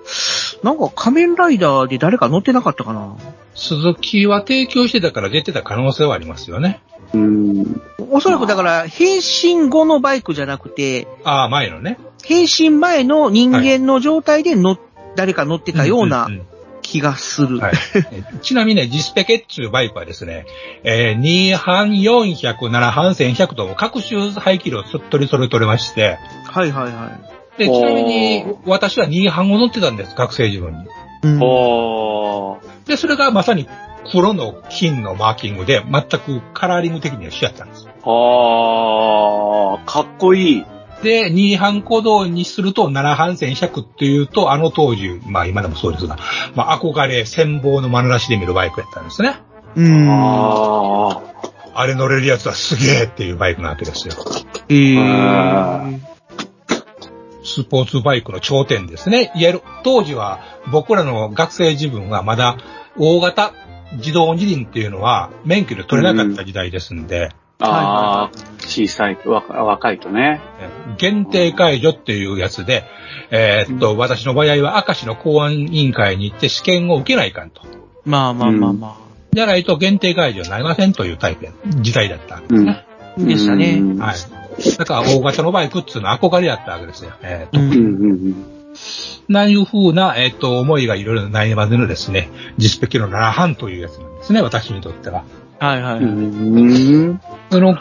Speaker 3: なんか仮面ライダーで誰か乗ってなかったかな
Speaker 1: 鈴木は提供してたから出てた可能性はありますよね。
Speaker 2: うーん。
Speaker 3: おそらくだから変身後のバイクじゃなくて、
Speaker 1: ああ、前のね。
Speaker 3: 変身前の人間の状態で乗っ、誰か乗ってたようなん
Speaker 1: ん
Speaker 3: 気がする。
Speaker 1: うんはい、えちなみにね、ジスペケっちゅうバイクはですね、えー、2半400、7半1100とも各種排気量すっとりそれとれまして、
Speaker 3: はいはいはい。
Speaker 1: で、ち
Speaker 2: おー
Speaker 1: なみに私は2半を乗ってたんです、学生時分に。
Speaker 3: うん
Speaker 2: おー。
Speaker 1: で、それがまさに黒の金のマーキングで、全くカラーリング的には一緒やったんです。
Speaker 2: はあ。かっこいい。
Speaker 1: で、2半鼓動にすると7半1100っていうと、あの当時、まあ今でもそうですが、まあ憧れ、戦望の眼差しで見るバイクやったんですね。
Speaker 3: うん。
Speaker 2: あ
Speaker 1: あれ乗れるやつはすげえっていうバイクなわけですよ。
Speaker 3: え
Speaker 2: あ
Speaker 3: ー。
Speaker 1: スポーツバイクの頂点ですね。いわゆる、当時は僕らの学生自分はまだ大型自動二輪っていうのは免許で取れなかった時代ですんで、
Speaker 2: あ。ああ。小さい、わ若いとね。
Speaker 1: 限定解除っていうやつで、えーっと、私の場合は明石の公安委員会に行って試験を受けないかんと。
Speaker 3: まあまあまあま
Speaker 1: じゃないと限定解除になりませんというタイプや、時代だったわけですね。
Speaker 3: あ。でしたね。
Speaker 2: うん
Speaker 1: はい。だから大型のバイクっていうのは憧れだったわけですよ。えーっと
Speaker 3: う
Speaker 2: うんんうん
Speaker 1: ないう風な、えっ、と、思いがいろいろないまでのですね、ジスペキの7半というやつなんですね、私にとっては。
Speaker 3: はいは
Speaker 2: う
Speaker 3: いはい。
Speaker 2: ん。うん。
Speaker 1: その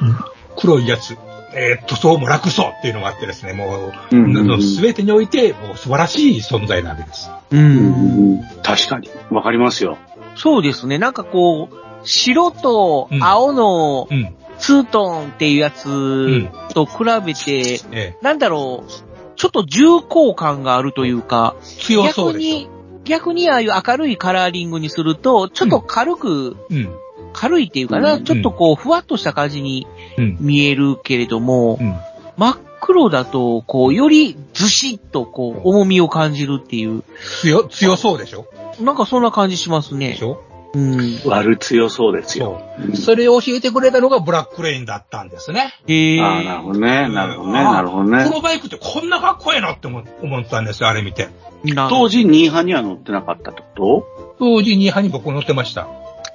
Speaker 1: 黒いやつ、えっ、と、そうも楽そうっていうのがあってですね、も
Speaker 2: うんうんう
Speaker 1: う、
Speaker 2: ん
Speaker 1: すべてにおいて、もう素晴らしい存在なわけです。
Speaker 3: う。
Speaker 2: うんんうん確かに。わかりますよ。
Speaker 3: そうですね。なんかこう、白と青の
Speaker 1: うん。
Speaker 3: ツートンっていうやつ
Speaker 1: ん
Speaker 3: と比べて、
Speaker 1: ええ
Speaker 3: なんだろう、ちょっと重厚感があるというか、
Speaker 1: 強そうでし
Speaker 3: 逆に、逆にああいう明るいカラーリングにすると、ちょっと軽く、
Speaker 1: ょ。うん。
Speaker 3: 軽いっていうかな、
Speaker 2: うん
Speaker 3: ちょっとこう、ふわっとした感じに
Speaker 1: うん。
Speaker 3: 見えるけれども、
Speaker 1: うん。
Speaker 3: 真っ黒だと、こう、よりずしっと、こう、重みを感じるっていう、
Speaker 1: 強、強そうでしょ
Speaker 3: なんかそんな感じします
Speaker 1: で
Speaker 3: ね
Speaker 1: し。ょ
Speaker 3: うん。
Speaker 2: 悪強そうですよ。
Speaker 1: そう。それを教えてくれたのがブラックレインだったんですね。
Speaker 3: へえ。
Speaker 2: ああ、なるほどね。なるほどね。
Speaker 1: うん
Speaker 2: なるほど
Speaker 1: この
Speaker 2: ね。
Speaker 1: バイクってこんなかっこええなって思思ってたんですよ、あれ見て。
Speaker 3: な
Speaker 2: 当時、ニーハには乗ってなかったってこと
Speaker 1: 当時2半に僕乗ってました。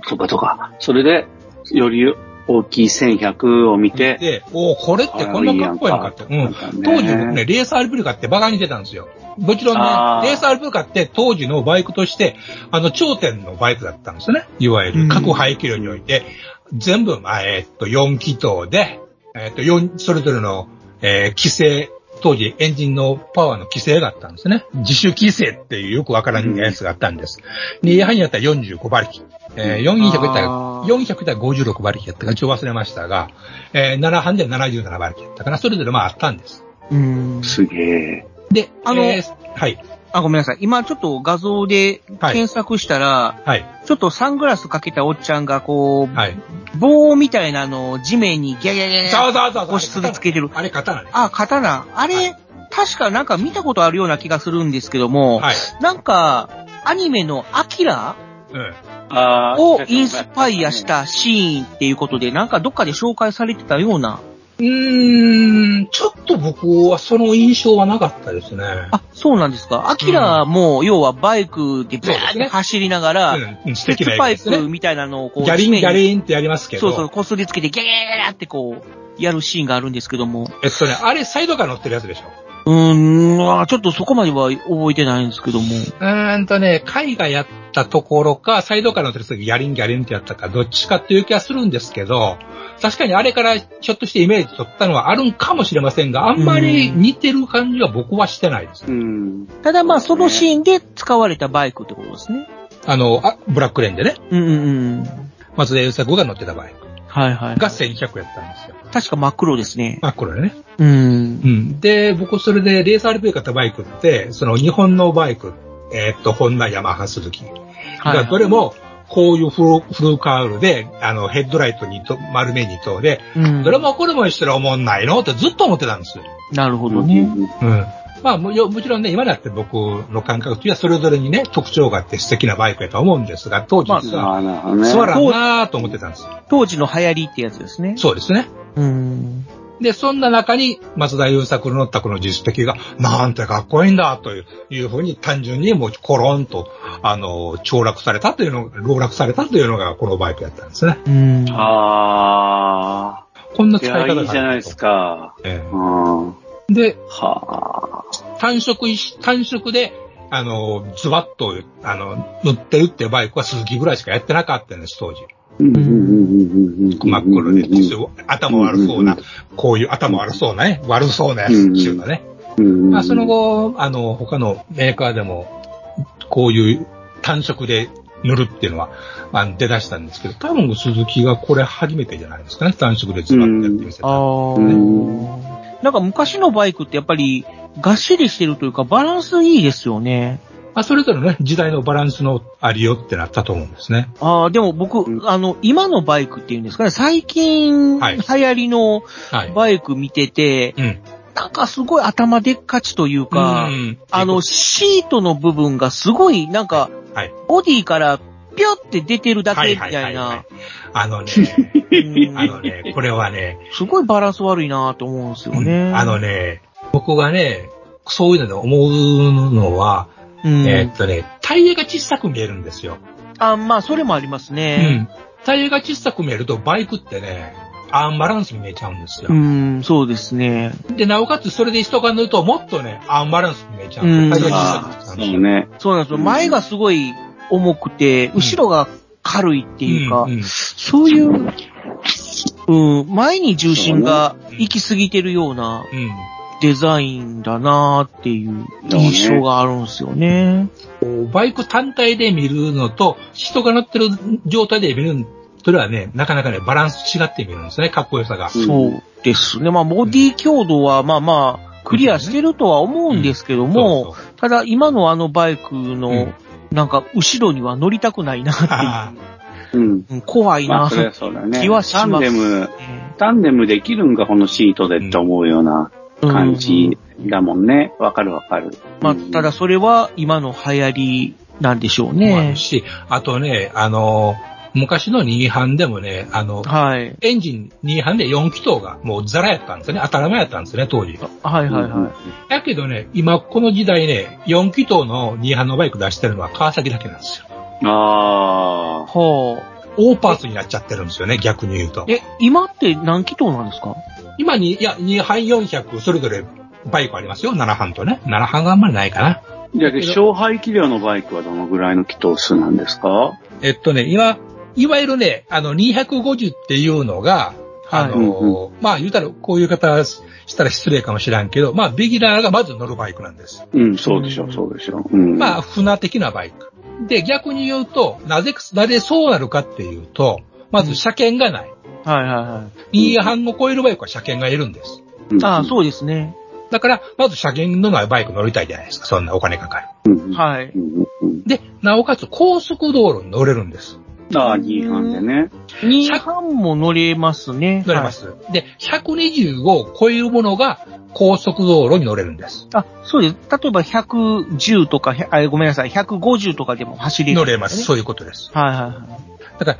Speaker 2: そうかそうか。それで、より大きい1100を見て、
Speaker 1: で、おーこれってこんなかっこいいのかって。
Speaker 2: あ
Speaker 1: う
Speaker 2: ーいいやん
Speaker 1: ん
Speaker 2: か。
Speaker 1: 当時僕ね、レーサールプリカってバカにしてたんですよ。もちろん
Speaker 2: あー
Speaker 1: ね、レーサールプリカって当時のバイクとして、あの、頂点のバイクだったんですよね。いわゆ
Speaker 3: うん
Speaker 1: る各排気量において、全部、まあ、えーっと、4気筒で、えーっと、4、それぞれの、えー規制当時エンジンのパワーの規制があったんですね。自主規制っていうよくわからんやつがあったんです。で、やはりやったら45馬力。えー、400だったら
Speaker 3: あー
Speaker 1: 400対56馬力やったか、ちょっと忘れましたが、えー、7班で77馬力やったかな、それぞれまああったんです。
Speaker 3: うん。
Speaker 2: すげえ。
Speaker 1: で、
Speaker 3: あの
Speaker 1: えーはい、
Speaker 3: あ、ごめんなさい。今ちょっと画像で
Speaker 1: はい
Speaker 3: 検索したら、
Speaker 1: はい、
Speaker 3: ちょっとサングラスかけたおっちゃんがこう、
Speaker 1: はい。
Speaker 3: 棒みたいなのを地面にギャギャギャギ
Speaker 1: ざ
Speaker 3: ャ
Speaker 1: わざわざわざわ
Speaker 3: 個室でつけてる。
Speaker 1: あれ、刀ね。
Speaker 3: あ、刀。あれ、確かなんか見たことあるような気がするんですけども、
Speaker 1: はい。
Speaker 3: なんか、アニメのアキラ
Speaker 1: うん。
Speaker 2: あー
Speaker 3: をインスパイアし。たシーンっていうことで、なんかどっかで紹介されてたような。
Speaker 1: うーん、ちょっと僕はその印象はなかったですね。
Speaker 3: あ、そうなんですか。アキラも、要はバイクでバ
Speaker 1: そう
Speaker 3: ー
Speaker 1: で
Speaker 3: っ
Speaker 1: す
Speaker 3: て
Speaker 1: ね
Speaker 3: 走りながら、
Speaker 1: うんうん、素
Speaker 3: 鉄
Speaker 1: 敵な
Speaker 3: パ
Speaker 1: 映画で
Speaker 3: イ
Speaker 1: すね
Speaker 3: プ。みたいなのをこう、
Speaker 1: ギャリ
Speaker 3: 地
Speaker 1: ン
Speaker 3: 面
Speaker 1: ギ
Speaker 3: に
Speaker 1: ャリンってやりますけど。
Speaker 3: そうそう、こすりつけてギャギャギャギャってこう、やるシーンがあるんですけども。
Speaker 1: えっとね、あれサイドカー乗ってるやつでしょ。
Speaker 3: うーん、まあちょっとそこまでは覚えてないんですけども。
Speaker 1: うーんとね、海外やったところか、サイドカー乗ってる時ギャリンギャリンってやったか、どっちかっていう気はするんですけど、確かにあれからひょっとしてイメージ取ったのはあるんかもしれませんが、あんまり似てる感じは僕はしてないです。
Speaker 2: うん。
Speaker 3: ただまあそのシーンで使われたバイクってことですね。
Speaker 1: あの、あブラックレーンでね、
Speaker 3: うんうんうん。
Speaker 1: 松田優作が乗ってたバイク
Speaker 3: はいはい。
Speaker 1: が1100やったんですよ。
Speaker 3: 確か真っ黒ですね。
Speaker 1: まあ、これね。
Speaker 3: うん
Speaker 1: う。ん。で、僕それでレース RP 買ったバイクって、その日本のバイク、えーっと、ホンダ、ヤマハ、スズキ
Speaker 3: はいはい
Speaker 1: が、どれも、こういうフルフルカールで、あの、ヘッドライト2と、丸目2灯で、
Speaker 3: うん
Speaker 1: どれもこれもしたら思んないのってずっと思ってたんですよ。
Speaker 3: なるほ
Speaker 2: う
Speaker 3: ど
Speaker 2: ん
Speaker 3: ね。
Speaker 1: うん。まあ、もよもちろんね、今だって僕の感覚というのはそれぞれにね、特徴があって素敵なバイクやと思うんですが、当時実は、
Speaker 2: あーなるほどね。
Speaker 1: つまらんなぁと思ってたんです。
Speaker 3: 当時の流行りってやつですね。
Speaker 1: そうですね。
Speaker 3: うん。
Speaker 1: で、そんな中に、松田優作の乗ったこの実績が、なんてかっこいいんだ、という、いうふうに単純にもうコロンと、あの、凋落されたというの、籠絡されたというのがこのバイクやったんですね。
Speaker 3: うん。
Speaker 2: あ
Speaker 1: こんな
Speaker 2: ー。い
Speaker 1: 使い方が
Speaker 2: や、
Speaker 1: ある
Speaker 2: いいじゃないです。か。
Speaker 1: え
Speaker 2: うん。は
Speaker 1: えで、
Speaker 2: あ。
Speaker 1: 単色いし、単色で、あの、ズバッと、あの、塗って打ってバイクは鈴木ぐらいしかやってなかったんです、当時。
Speaker 2: うんうんうんうんうん
Speaker 1: 真っ黒で、
Speaker 2: うん
Speaker 1: 頭悪そうな、こういう頭悪そうなね、悪そうなやつっていうかね。
Speaker 2: うん
Speaker 1: まあ、その、後、あの、他のメーカーでも、こういう単色で塗るっていうのは、あの出だしたんですけど、多分鈴木がこれ初めてじゃないですかね、単色でズバッとやってみせた。
Speaker 3: あー
Speaker 2: うん
Speaker 3: なんか昔のバイクってやっぱり、がっしりしてるというか、バランスいいですよね。
Speaker 1: まあ、それぞれね、時代のバランスのありよってなったと思うんですね。
Speaker 3: ああ、でも僕、
Speaker 2: う
Speaker 3: あの、今のバイクっていうんですかね、最近、流
Speaker 1: はい
Speaker 3: 行りの
Speaker 1: はい。
Speaker 3: バイク見てて、
Speaker 1: うん。
Speaker 3: なんかすごい頭でっかちというか、
Speaker 1: うん
Speaker 3: あの、、シートの部分がすごい、なんか、
Speaker 1: はい
Speaker 3: ボディからピョって出てるだけみたいな、
Speaker 1: あの ね、
Speaker 3: うん
Speaker 1: あのね、これはね、
Speaker 3: すごいバランス悪いなと思うんですよね。
Speaker 1: あのね、僕がね、そういうので思うのは、
Speaker 3: うん、
Speaker 1: えーっとね、タイヤが小さく見えるんですよ。
Speaker 3: あ、まあ、それもあります
Speaker 1: う
Speaker 3: ね。
Speaker 1: ん。タイヤが小さく見えると、バイクってね、アンバランスに見えちゃうんですよ
Speaker 3: う。ん、そうですね。
Speaker 1: で、なおかつそれで人が乗ると、もっとね、アンバランスに見えちゃう。
Speaker 3: うん
Speaker 1: タイヤが小
Speaker 2: あ
Speaker 1: さく
Speaker 2: あ、そ
Speaker 1: 見えちゃ
Speaker 2: う
Speaker 1: うんで
Speaker 2: ね。
Speaker 3: そうなんですよ。
Speaker 2: うん
Speaker 3: 前がすごい重くて、後ろが軽いっ
Speaker 1: す
Speaker 3: て
Speaker 1: よ。
Speaker 3: いうか、
Speaker 1: んん
Speaker 3: そういう、うん、前に重心が行き過ぎてるような
Speaker 1: うん。
Speaker 3: デザインだなっていう
Speaker 2: そうね
Speaker 3: 印象があるんですよね。
Speaker 1: こうバイク単体で見るのと、人が乗ってる状態で見るのとではね、なかなかね、バランス違って見えるんですね、かっこよさが。
Speaker 2: うん
Speaker 3: そうですね。まあ、ボディ強度は、まあまあ、クリアしてるとは思うんですけども、
Speaker 1: そうそう
Speaker 3: ただ今のあのバイク
Speaker 1: う
Speaker 3: の
Speaker 1: ん、
Speaker 3: なんか、後ろには乗りたくないなっ
Speaker 1: ああ
Speaker 2: うん。
Speaker 3: ていう、怖い
Speaker 2: ま
Speaker 3: な
Speaker 2: あ、それ
Speaker 3: っ
Speaker 2: はそうだね。
Speaker 3: 気はします
Speaker 2: タンデム、タンデムできるんか、このシートでって思うような
Speaker 3: て
Speaker 2: 感じだもんね。わかるわかる。
Speaker 3: まあ、
Speaker 2: うん
Speaker 3: ただ、それは今の流行りなんでしょう
Speaker 1: もあ
Speaker 3: ね
Speaker 1: る。し、あとね、あの、昔の2班でもね、あの、
Speaker 3: はい。
Speaker 1: エンジン2班で4気筒がもうザラやったんですよね。当たり前やったんですよね、当時。
Speaker 3: はいはい
Speaker 2: うん
Speaker 3: はい。
Speaker 1: だけどね、今この時代ね、4気筒の2班のバイク出してるのは川崎だけなんですよ。
Speaker 2: ああ。
Speaker 3: は
Speaker 1: オーパーツになっちゃってるんですよね、逆に言うと
Speaker 3: あ。。え、今って何気筒なんですか
Speaker 1: 今に、いや、2班400それぞれバイクありますよ、7班とね。7班があんまりないかな。
Speaker 2: じゃあ、勝敗気量のバイクはどのぐらいの気筒数なんですか
Speaker 1: えっとね、今、いわゆるね、あの、250っていうのが、あのーまあ言うたら、こういう方したら失礼かもしらんけど、まあビギナーがまず乗るバイクなんです。
Speaker 2: うん、そうでしょう、そうでしょう。うん。
Speaker 1: まあ、船的なバイク。で、逆に言うと、なぜ、なぜそうなるかっていうと、まず車検がない。
Speaker 3: はいはいはい。
Speaker 1: 2違反を超えるバイクは車検がいるんです。
Speaker 2: うん、
Speaker 3: ああ、そうですね。
Speaker 1: だから、まず車検のないバイク乗りたいじゃないですか。そんなお金かかる。
Speaker 2: うん。。
Speaker 3: はいう
Speaker 2: んうん
Speaker 1: で、なおかつ高速道路に乗れるんです。
Speaker 2: ああ、2班でね。
Speaker 3: 2班も乗れますね。
Speaker 1: 乗れます。で、125を超えるものが高速道路に乗れるんです。
Speaker 3: はい。あ、そうです。例えば110とか、100あごめんなさい、150とかでも走れる、
Speaker 1: 乗れます。。そういうことです。
Speaker 3: はいはいは
Speaker 1: だから、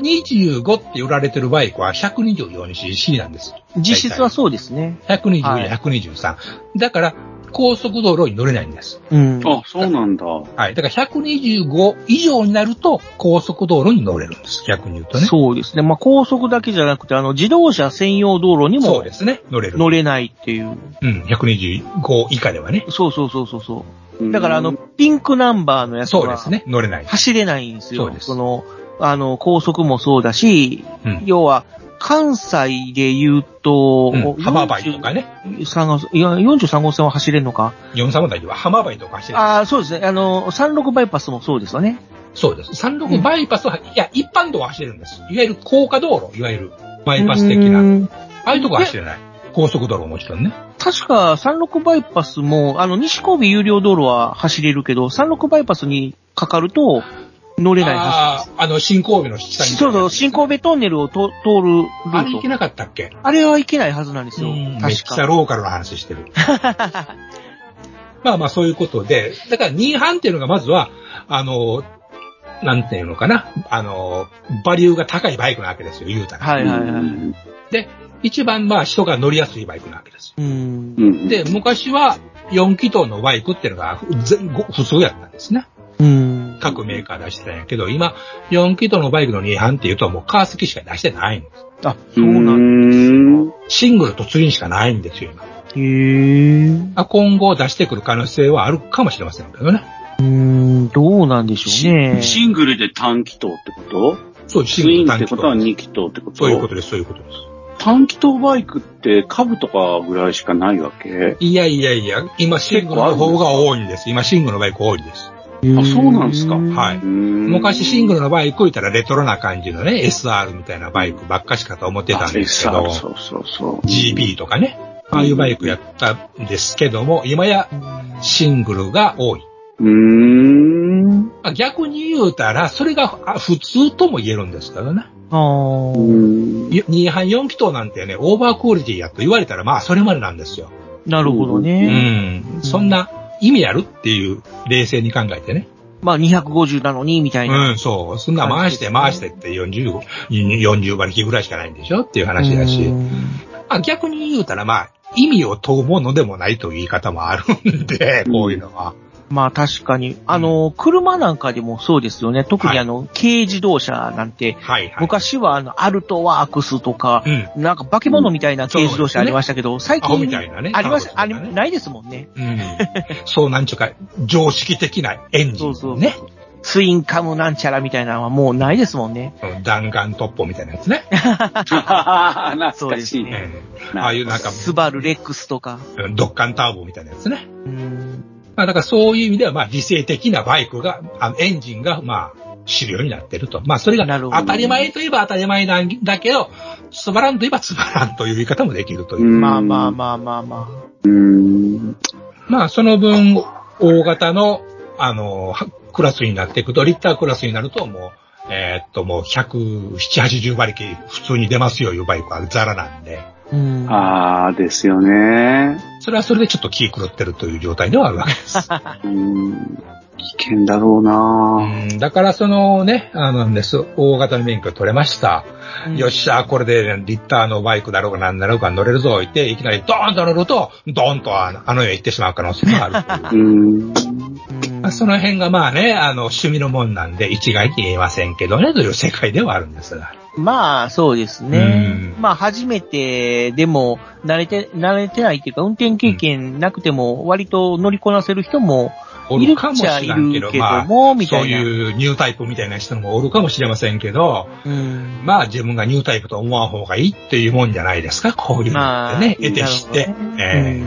Speaker 1: 125って売られてるバイクは 124cc なんです。
Speaker 3: い。実質はそうですね。
Speaker 1: 120
Speaker 3: はい
Speaker 1: や123。だから、高速道路に乗れないんです。
Speaker 3: うん。
Speaker 2: あ、そうなんだ。
Speaker 1: はい。だから125以上になると高速道路に乗れるんです。逆に言うとね。
Speaker 3: そうですね。まあ、高速だけじゃなくて、あの、自動車専用道路に
Speaker 1: そう
Speaker 3: も
Speaker 1: ですね。乗れる。
Speaker 3: 乗れないってい
Speaker 1: う
Speaker 3: う。
Speaker 1: ん。125以下ではね。
Speaker 3: そうそうそうそうそう。
Speaker 2: うん
Speaker 3: だから、あの、、ピンクナンバーのやつ
Speaker 1: そうで
Speaker 3: は
Speaker 1: す、ね。乗れない。
Speaker 3: 走れないんですよ。
Speaker 1: そうです
Speaker 3: の、あの、高速もそうだし、
Speaker 1: うん。
Speaker 3: 要は、関西で言うと、
Speaker 1: うん、浜バイとか
Speaker 3: ね。
Speaker 1: ね。
Speaker 3: 3号いや、43号線は走れるのか。
Speaker 1: 43も大丈夫。浜バイとか走れる。
Speaker 3: ああ、そうですね。あの、36バイパスもそうですよね。
Speaker 1: そうです。36バイパスは、いや、一般道は走れるんです。いわゆる高架道路。いわゆるバイパス的
Speaker 3: う
Speaker 1: な。
Speaker 3: ん
Speaker 1: ああいうとこは走れない。高速道路ももちろんね。
Speaker 3: 確か、36バイパスも、あの、西神戸有料道路は走れるけど、36バイパスにかかると、乗れないは
Speaker 1: ああ、あの、新神戸の下に。
Speaker 3: ず。そうそう、新神戸トンネルをと通るル
Speaker 1: あれ行
Speaker 3: ー
Speaker 1: け
Speaker 3: ト。
Speaker 1: なかったっけ
Speaker 3: あれはいけないはずなんですよ
Speaker 1: うん。めっ
Speaker 3: 確
Speaker 1: ちゃ
Speaker 3: か。
Speaker 1: ローカルの話してる。まあまあそういうことで、だから2班っていうのがまずは、あの、なんていうのかな、あの、バリューが高いバイクなわけですよ、言うたら。
Speaker 3: はいはいはい。
Speaker 1: で、一番まあ人が乗りやすいバイクなわけです。
Speaker 3: うん
Speaker 2: う。ん。
Speaker 1: で、昔は4気筒のバイクっていうのがふ全ご普通やったんですね。
Speaker 3: うん。
Speaker 1: 各メーカー出してたんやけど、今、4気筒のバイクの2班っていうともう川崎しか出してないんです。
Speaker 3: あ、そうなんだ。
Speaker 2: んだ。
Speaker 1: シングルとツインしかないんですよ、今。
Speaker 3: へー
Speaker 1: あ今後出してくる可能性はあるかもしれませんけどね。
Speaker 3: うん、どうなんでしょうね。
Speaker 2: シングルで短気筒ってこと
Speaker 1: そう、
Speaker 2: ツインってことは
Speaker 1: 短
Speaker 2: 2
Speaker 1: 期
Speaker 2: 気筒ってこと
Speaker 1: そういうことです、そういうことです。
Speaker 2: 短気筒バイクって株とかぐらいしかないわけ
Speaker 1: いやいやいや、今シングルの方が多いんです。今シングルのバイク多いんです。
Speaker 2: あそうなんですか
Speaker 1: はい。昔
Speaker 2: 昔
Speaker 1: シン
Speaker 2: グ
Speaker 1: グルのバイク言ったらレトロな感じのね、SR みたいなバイクばっかしかと思ってたんですけど、
Speaker 2: そうそうそう。
Speaker 1: GB とかね、ああいうバイクやったんですけども、今やシングルが多い。
Speaker 2: うーん。
Speaker 1: あ逆に言うたら、それがあ普通とも言えるんですけどね。
Speaker 3: ああ。
Speaker 1: 2半4気筒なんてね、オーバークオリティやと言われたら、まあそれまでなんですよ。
Speaker 3: なるほど
Speaker 1: う
Speaker 3: ね。
Speaker 1: ん。そんな意味あるっていう、冷静に考えてね。
Speaker 3: まあ、250なのに、みたいな。
Speaker 1: うん、そう。そんな回して回してって40、40馬力ぐらいしかないんでしょっていう話だし
Speaker 3: う。ん
Speaker 1: あ逆に言うたら、まあ、意味を問うものでもないという言い方もあるんで、こういうのは。
Speaker 3: まあ確かに、あの、車なんかでもそうですよね。特
Speaker 1: はい
Speaker 3: にあの、軽自動車なんて、
Speaker 1: はいはい。
Speaker 3: 昔はあの、アルトワークスとか
Speaker 1: う、ん。
Speaker 3: なんか化け物みたいな軽自動車ありましたけど、最
Speaker 1: ア
Speaker 3: 近、
Speaker 1: ホみたいなね。
Speaker 3: あります、あ
Speaker 1: ター
Speaker 3: り、
Speaker 1: ボとかね
Speaker 3: ないですもんね。
Speaker 1: うん。そうなんちゅうか、常識的なエンジン、ね。
Speaker 3: そうそうツインカムなんちゃらみたいなのはもうないですもんね。
Speaker 1: うん弾丸突破みたいなやつね。
Speaker 2: 懐かしいね。
Speaker 1: うんああいうなんか、
Speaker 3: スバルレックスとか。
Speaker 1: うんドッカンターボみたいなやつね。
Speaker 3: うん
Speaker 1: まあだからそういう意味では、まあ理性的なバイクが、あのエンジンが、まあ、主流になってると。まあそれが
Speaker 3: なるほど
Speaker 1: 当たり前といえば当たり前なんだけど、つまらんといえばつまらんという言い方もできるという。
Speaker 3: まあまあ
Speaker 2: あ。
Speaker 3: まあまあま
Speaker 2: うーん。
Speaker 1: まあその分、大型の、あの、はクラスになっていくと、リッタークラスになるともう、えーっともう170、80馬力普通に出ますよいうバイクはザラなんで、
Speaker 3: あ。うん。
Speaker 2: ああ、ですよね。
Speaker 1: それはそれでちょっと気狂ってるという状態ではあるわけです。
Speaker 2: うーん。危険だろうな
Speaker 1: うんだからそのね、あのなんです、大型の免許取れました。
Speaker 3: うん
Speaker 1: よっしゃ、これでリッターのバイクだろうが何だろうが乗れるぞ、言って、いきなりドーンと乗ると、ドーンとあのあの世へ行ってしまう可能性もあるという
Speaker 2: うーん。
Speaker 3: うん
Speaker 1: まあその辺がまあね、あの、趣味のもんなんで一概に言えませんけどね、という世界ではあるんですが。
Speaker 3: まあ、そうですね
Speaker 1: う。ん
Speaker 3: まあ、初めてでも、慣れて、慣れてないっていうか、運転経験なくても、割と乗りこなせる人も
Speaker 1: おるかもしれんけ
Speaker 3: いるっちゃいる
Speaker 1: ど、
Speaker 3: けど
Speaker 1: まあ、
Speaker 3: もみた
Speaker 1: そ
Speaker 3: いな
Speaker 1: ういうニュータイプみたいな人もおるかもしれませんけど、
Speaker 3: うん。
Speaker 1: まあ自分がニュータイプと思わん方がいいっていうもんじゃないですか、こういうのってね、
Speaker 3: まあ
Speaker 1: 得て知って。
Speaker 3: なるほど
Speaker 1: ええ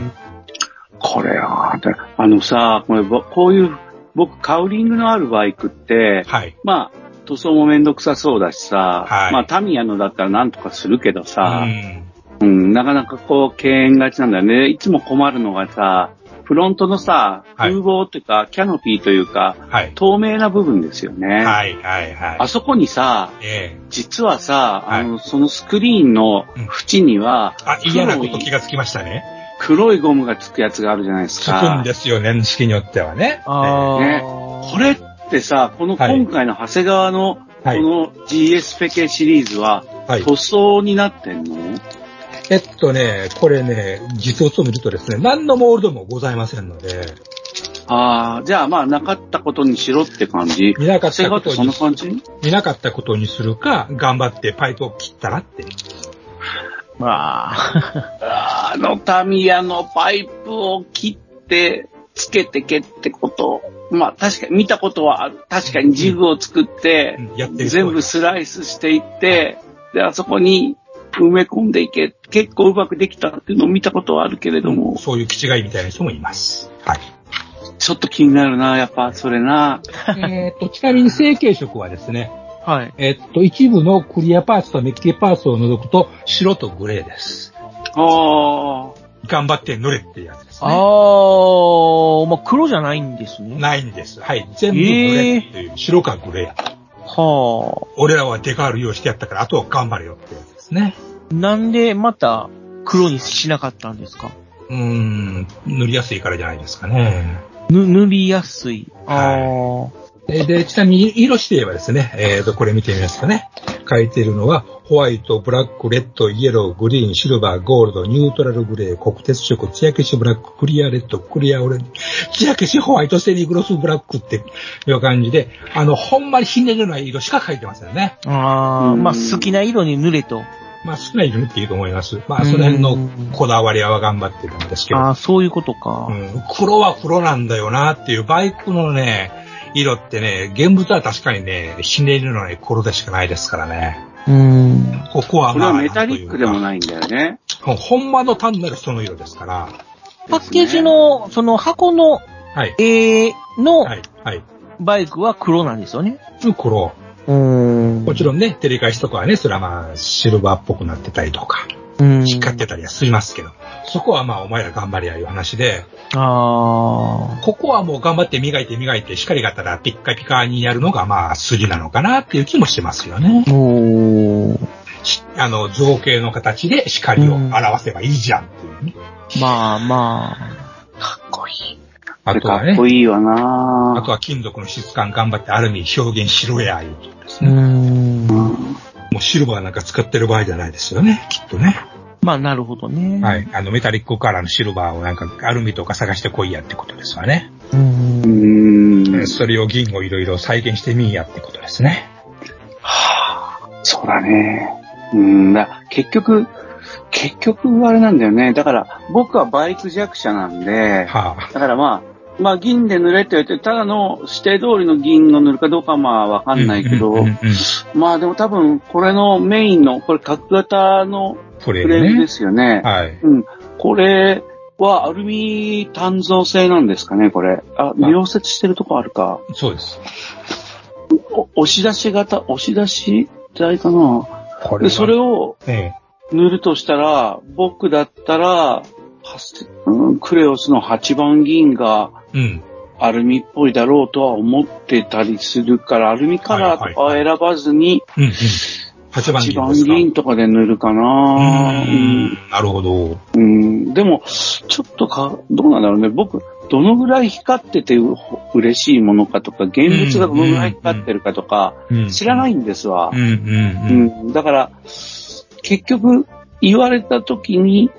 Speaker 2: これは、だあのさ、これぼこういう、僕、カウリングのあるバイクって、
Speaker 1: はい。
Speaker 2: まあ、塗装もめんどくさそうだしさ、
Speaker 1: はい
Speaker 2: まあ、タミヤのだったらなんとかするけど
Speaker 1: う、
Speaker 2: さ
Speaker 1: ん
Speaker 2: うん、なかなかこう、敬遠がちなんだよね。いつも困るのがさ、フロントのさ、
Speaker 1: はい
Speaker 2: 風防っていうか、キャノピーというか、
Speaker 1: はい。
Speaker 2: 透明な部分ですよね。
Speaker 1: はい、はい、はい。
Speaker 2: あそこにさ、
Speaker 1: ええ
Speaker 2: 実はさ、
Speaker 1: はい
Speaker 2: あの、そのスクリーンの縁には、
Speaker 1: あ、嫌なこと気がつきましたね。
Speaker 2: 黒いゴムがつくやつがあるじゃないです
Speaker 1: つ
Speaker 2: か。
Speaker 1: くんですよ、年式によってはね。
Speaker 3: ああ、
Speaker 2: ねこれってさ、この
Speaker 1: はい
Speaker 2: 今回の長谷川の、こ
Speaker 1: はい
Speaker 2: の GS ペケシリーズは、
Speaker 1: はい
Speaker 2: 塗装になってんの
Speaker 1: えっとね、これね、実物を見るとですね、何のモールドもございませんので、
Speaker 2: ああ、じゃあまあなかったことにしろって感じ。
Speaker 1: 見なか
Speaker 2: 長
Speaker 1: ったこ
Speaker 2: 谷川っ
Speaker 1: と
Speaker 2: てそんな
Speaker 1: に、
Speaker 2: 感じ
Speaker 1: 見なかったことにするか、頑張ってパイプを切ったらって。
Speaker 3: まあ、
Speaker 2: あーあのタミヤのパイプを切って、つけてけってこと。まあ確かに見たことはある。確かにジグを作って、
Speaker 1: うんやってる人
Speaker 2: 全部スライスしていって、で、あそこに埋め込んでいけ。結構うまくできたっていうのを見たことはあるけれども。
Speaker 1: そういう気違いみたいな人もいます。はい。
Speaker 2: ちょっと気になるな、やっぱ、それな。
Speaker 1: えっと、ちなみに成形色はですね、
Speaker 3: はい。
Speaker 1: えっと、一部のクリアパーツとメッキパーツを除くと、白とグレーです。
Speaker 2: ああ。
Speaker 1: 頑張って塗れっていうやつです
Speaker 3: あ
Speaker 1: ね。
Speaker 3: あ、まあ黒じゃないんですね。
Speaker 1: ないんです。はい。全部グレーっていう、白かグレーや。
Speaker 3: は
Speaker 1: 俺らはデカール用意してやったから、あとは頑張れよってやつですね。
Speaker 3: あ。なんでまた黒にしなかったんですか
Speaker 1: うーん、塗りやすいからじゃないですかね。
Speaker 3: ぬ、塗りやすい。あ
Speaker 1: で、でちなみに色指定はですね、えーと、これ見てみますかね。書いてるのは、ホワイト、ブラック、レッド、イエロー、グリーン、シルバー、ゴールド、ニュートラルグレー、黒鉄色、艶消しブラック、クリアレッド、クリアオレンジ、艶消しホワイト、セリグロス、ブラックっていう感じで、あの、ほんまにひねるない色しか書いてませんね。
Speaker 3: あ。ああ、
Speaker 2: うん
Speaker 3: まあ好きな色に塗れと。
Speaker 1: まあ、少ない色塗っていいと思います。まあ、その辺のこだわりは頑張ってるんですけど。
Speaker 3: ああ、そういうことか。
Speaker 1: うん黒は黒なんだよなっていう、バイクのね、色ってね、現物は確かにね、ひねるのはね、黒でしかないですからね。
Speaker 3: うん。
Speaker 1: ここは
Speaker 2: これ
Speaker 1: まあ、
Speaker 2: はメタリックでも
Speaker 1: い
Speaker 2: ないんだよね。
Speaker 1: うか。もうほんまの単なるその色ですから。
Speaker 3: パッケージの、その箱の
Speaker 1: はい。
Speaker 3: 絵の
Speaker 1: はい。はい。
Speaker 3: バイクは黒なんですよね。
Speaker 1: 黒。
Speaker 3: うん。
Speaker 1: もちろんね、照り返しとかはね、それはまあ、シルバーっぽくなってたりとか、
Speaker 3: うん。
Speaker 1: 引っかってたりはしますけど、そこはまあ、お前ら頑張りやいう話で、
Speaker 3: あ
Speaker 1: ここはもう頑張って磨いて磨いて、光があったらピッカピカにやるのがまあ、筋なのかなっていう気もしますよね。
Speaker 3: あ。おー。
Speaker 1: しあの、造形の形で光を表せばいいじゃんっていうね。
Speaker 3: まあま
Speaker 1: あと
Speaker 2: か
Speaker 1: は
Speaker 2: っ
Speaker 1: ね
Speaker 2: こ、いい
Speaker 1: あ
Speaker 2: わ
Speaker 1: と
Speaker 2: な
Speaker 1: は金属の質感頑張ってアルミ表現しろや、いうことです
Speaker 3: あ。
Speaker 1: ね。
Speaker 3: ん。
Speaker 1: もうシルバーなんか使ってる場合じゃないですよね、きっとね。
Speaker 3: まあなるほどね。。
Speaker 1: はいい。あの、メタリックカラーのシルバーをなんかアルミとか探してこいやってことですわね。
Speaker 3: う。
Speaker 2: うんーん。
Speaker 1: それを銀をいろいろ再現してみんやってことですね。
Speaker 2: そうだね。うんだ。結局、結局あれなんだよね。だから、僕はバイク弱者なんで、
Speaker 1: は
Speaker 2: だからまあ、まあ銀で塗れって言って、ただの指定通りの銀を塗るかどうかはまあわ
Speaker 1: あ。
Speaker 2: かんないけ
Speaker 1: うんう
Speaker 2: ど
Speaker 1: んうんう、ん
Speaker 2: まあでも多分これのメインの、これ角型の
Speaker 1: これ
Speaker 2: フレーム
Speaker 1: ね
Speaker 2: で。すよね。
Speaker 1: はい。
Speaker 2: うん。これはアルミ単造製なんですかね、これ。あ、溶接してるとこあるか。
Speaker 1: そうです。
Speaker 2: お押し出し型、押し出し材かな。
Speaker 1: これは
Speaker 2: で、それを
Speaker 1: え
Speaker 2: 塗るとしたら、僕だったら、はすうん、クレオスの8番銀が
Speaker 1: え。うん。
Speaker 2: アルミっぽいだろうとは思ってたりするから、アルミカラーとかは
Speaker 1: はいはい
Speaker 2: 選ばずに、
Speaker 1: うんうん。8番
Speaker 2: 8
Speaker 1: 銀
Speaker 2: 番
Speaker 1: ですか。
Speaker 2: 銀とかで塗るかな
Speaker 1: う
Speaker 2: うん
Speaker 1: んなるほど。。
Speaker 2: うん、でも、ちょっとか、どうなんだろうね。僕、どのぐらい光っててう嬉しいものかとか、現物がどのぐらい光ってるかとか、知らないいんですわ
Speaker 1: うん。うん
Speaker 2: う
Speaker 1: うん。
Speaker 2: ん、だから、結局、言われた時に、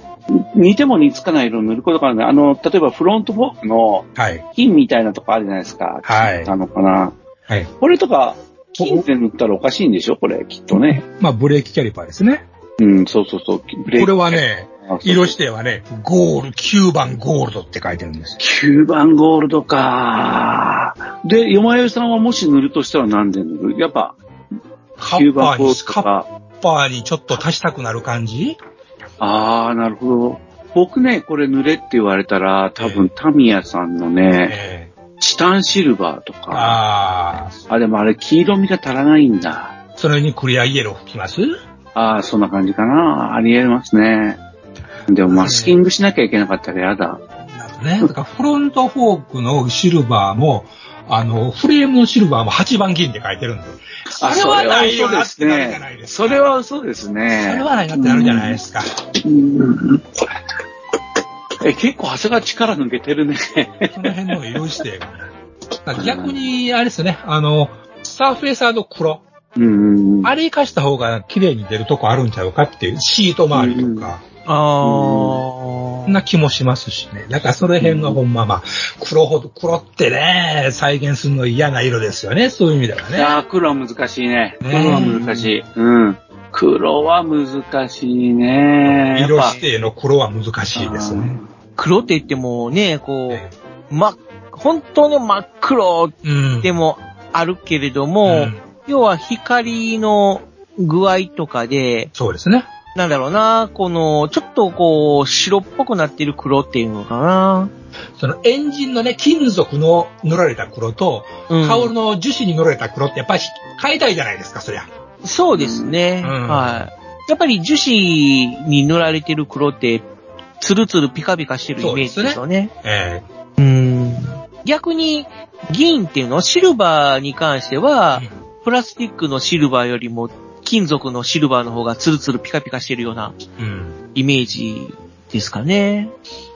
Speaker 2: 似ても似つかない色を塗ることがあるんだあの、例えばフロントフォークの
Speaker 1: はい。
Speaker 2: 金みたいなとこあるじゃないですか。
Speaker 1: はい
Speaker 2: あのかな。
Speaker 1: はい。
Speaker 2: これとか、金って塗ったらおかしいんでしょこれ、きっとね。
Speaker 1: まあ、ブレーキキャリパーですね。
Speaker 2: うん、そうそうそう。ブレー
Speaker 1: こ
Speaker 2: キ
Speaker 1: れはね、色指定はね、ゴール、9番ゴールドって書いてるんです。
Speaker 2: 9番ゴールドか。で、よまよいさんはもし塗るとしたら何で塗るやっぱ、
Speaker 1: カ
Speaker 2: 9
Speaker 1: ッパ
Speaker 2: 番
Speaker 1: ー
Speaker 2: ゴー
Speaker 1: に、
Speaker 2: ルド
Speaker 1: カッ
Speaker 2: か。
Speaker 1: パーにちょっと足したくなる感じ
Speaker 2: あー、なるほど。僕ね、これ塗れって言われたら、多分タミヤさんのね、
Speaker 1: ええ
Speaker 2: チタンシルバーとか。
Speaker 1: ああ、
Speaker 2: あ、でもあれ黄色みが足らないんだ。
Speaker 1: それにクリアイエロー吹きます
Speaker 2: あー、そんな感じかな。ありえますね。でもマスキングしなきゃいけなかったらやだ。
Speaker 1: なんかね、だからフロントフォークのシルバーも、あの、フレームのシルバーも8番銀で書いてるんで。あれはないよなってなるじゃないですか。
Speaker 2: それは嘘ですね。
Speaker 1: それはないなってなるじゃないですか。
Speaker 2: うんえ、結構、長谷川力抜けてるね。
Speaker 1: その辺の色指定がね。だから逆に、あれですね、あの、サーフェイサーの黒。
Speaker 2: うん。
Speaker 1: あれ生かした方が綺麗に出るとこあるんちゃうかっていう、シート周りとか、
Speaker 3: あ
Speaker 1: そんな気もしますしね。だからその辺がほんままあ、黒ほど、黒ってね、再現するの嫌な色ですよね、そういう意味ではいね。
Speaker 2: やー、黒は難しいね。
Speaker 1: ね
Speaker 2: 黒は難しい。うん。黒は難しいね。
Speaker 1: 色
Speaker 2: やっぱ
Speaker 1: 指定の黒は難しいですね。
Speaker 3: 黒って言ってもね、こ
Speaker 1: え
Speaker 3: う、ま、本当の真っ黒
Speaker 1: うん。
Speaker 3: でもあるけれども、
Speaker 1: うん
Speaker 3: 要は光の具合とかで、
Speaker 1: そうですね。
Speaker 3: なんだろうな、この、ちょっとこう、白っぽくなってる黒っていうのかな。
Speaker 1: そのエンジンのね、金属の塗られた黒と、
Speaker 3: うん
Speaker 1: カオルの樹脂に塗られた黒ってやっぱり変えたいじゃないですか、そりゃ。
Speaker 3: そうですね。
Speaker 1: うん
Speaker 3: はい。やっぱり樹脂に塗られてる黒って、ツルツルピカピカしてるイメージですよね。
Speaker 1: ええ
Speaker 3: うん。逆に、銀っていうのシルバーに関しては、プラスチックのシルバーよりも、金属のシルバーの方がツルツルピカピカしてるような
Speaker 1: うん。
Speaker 3: イメージですかね。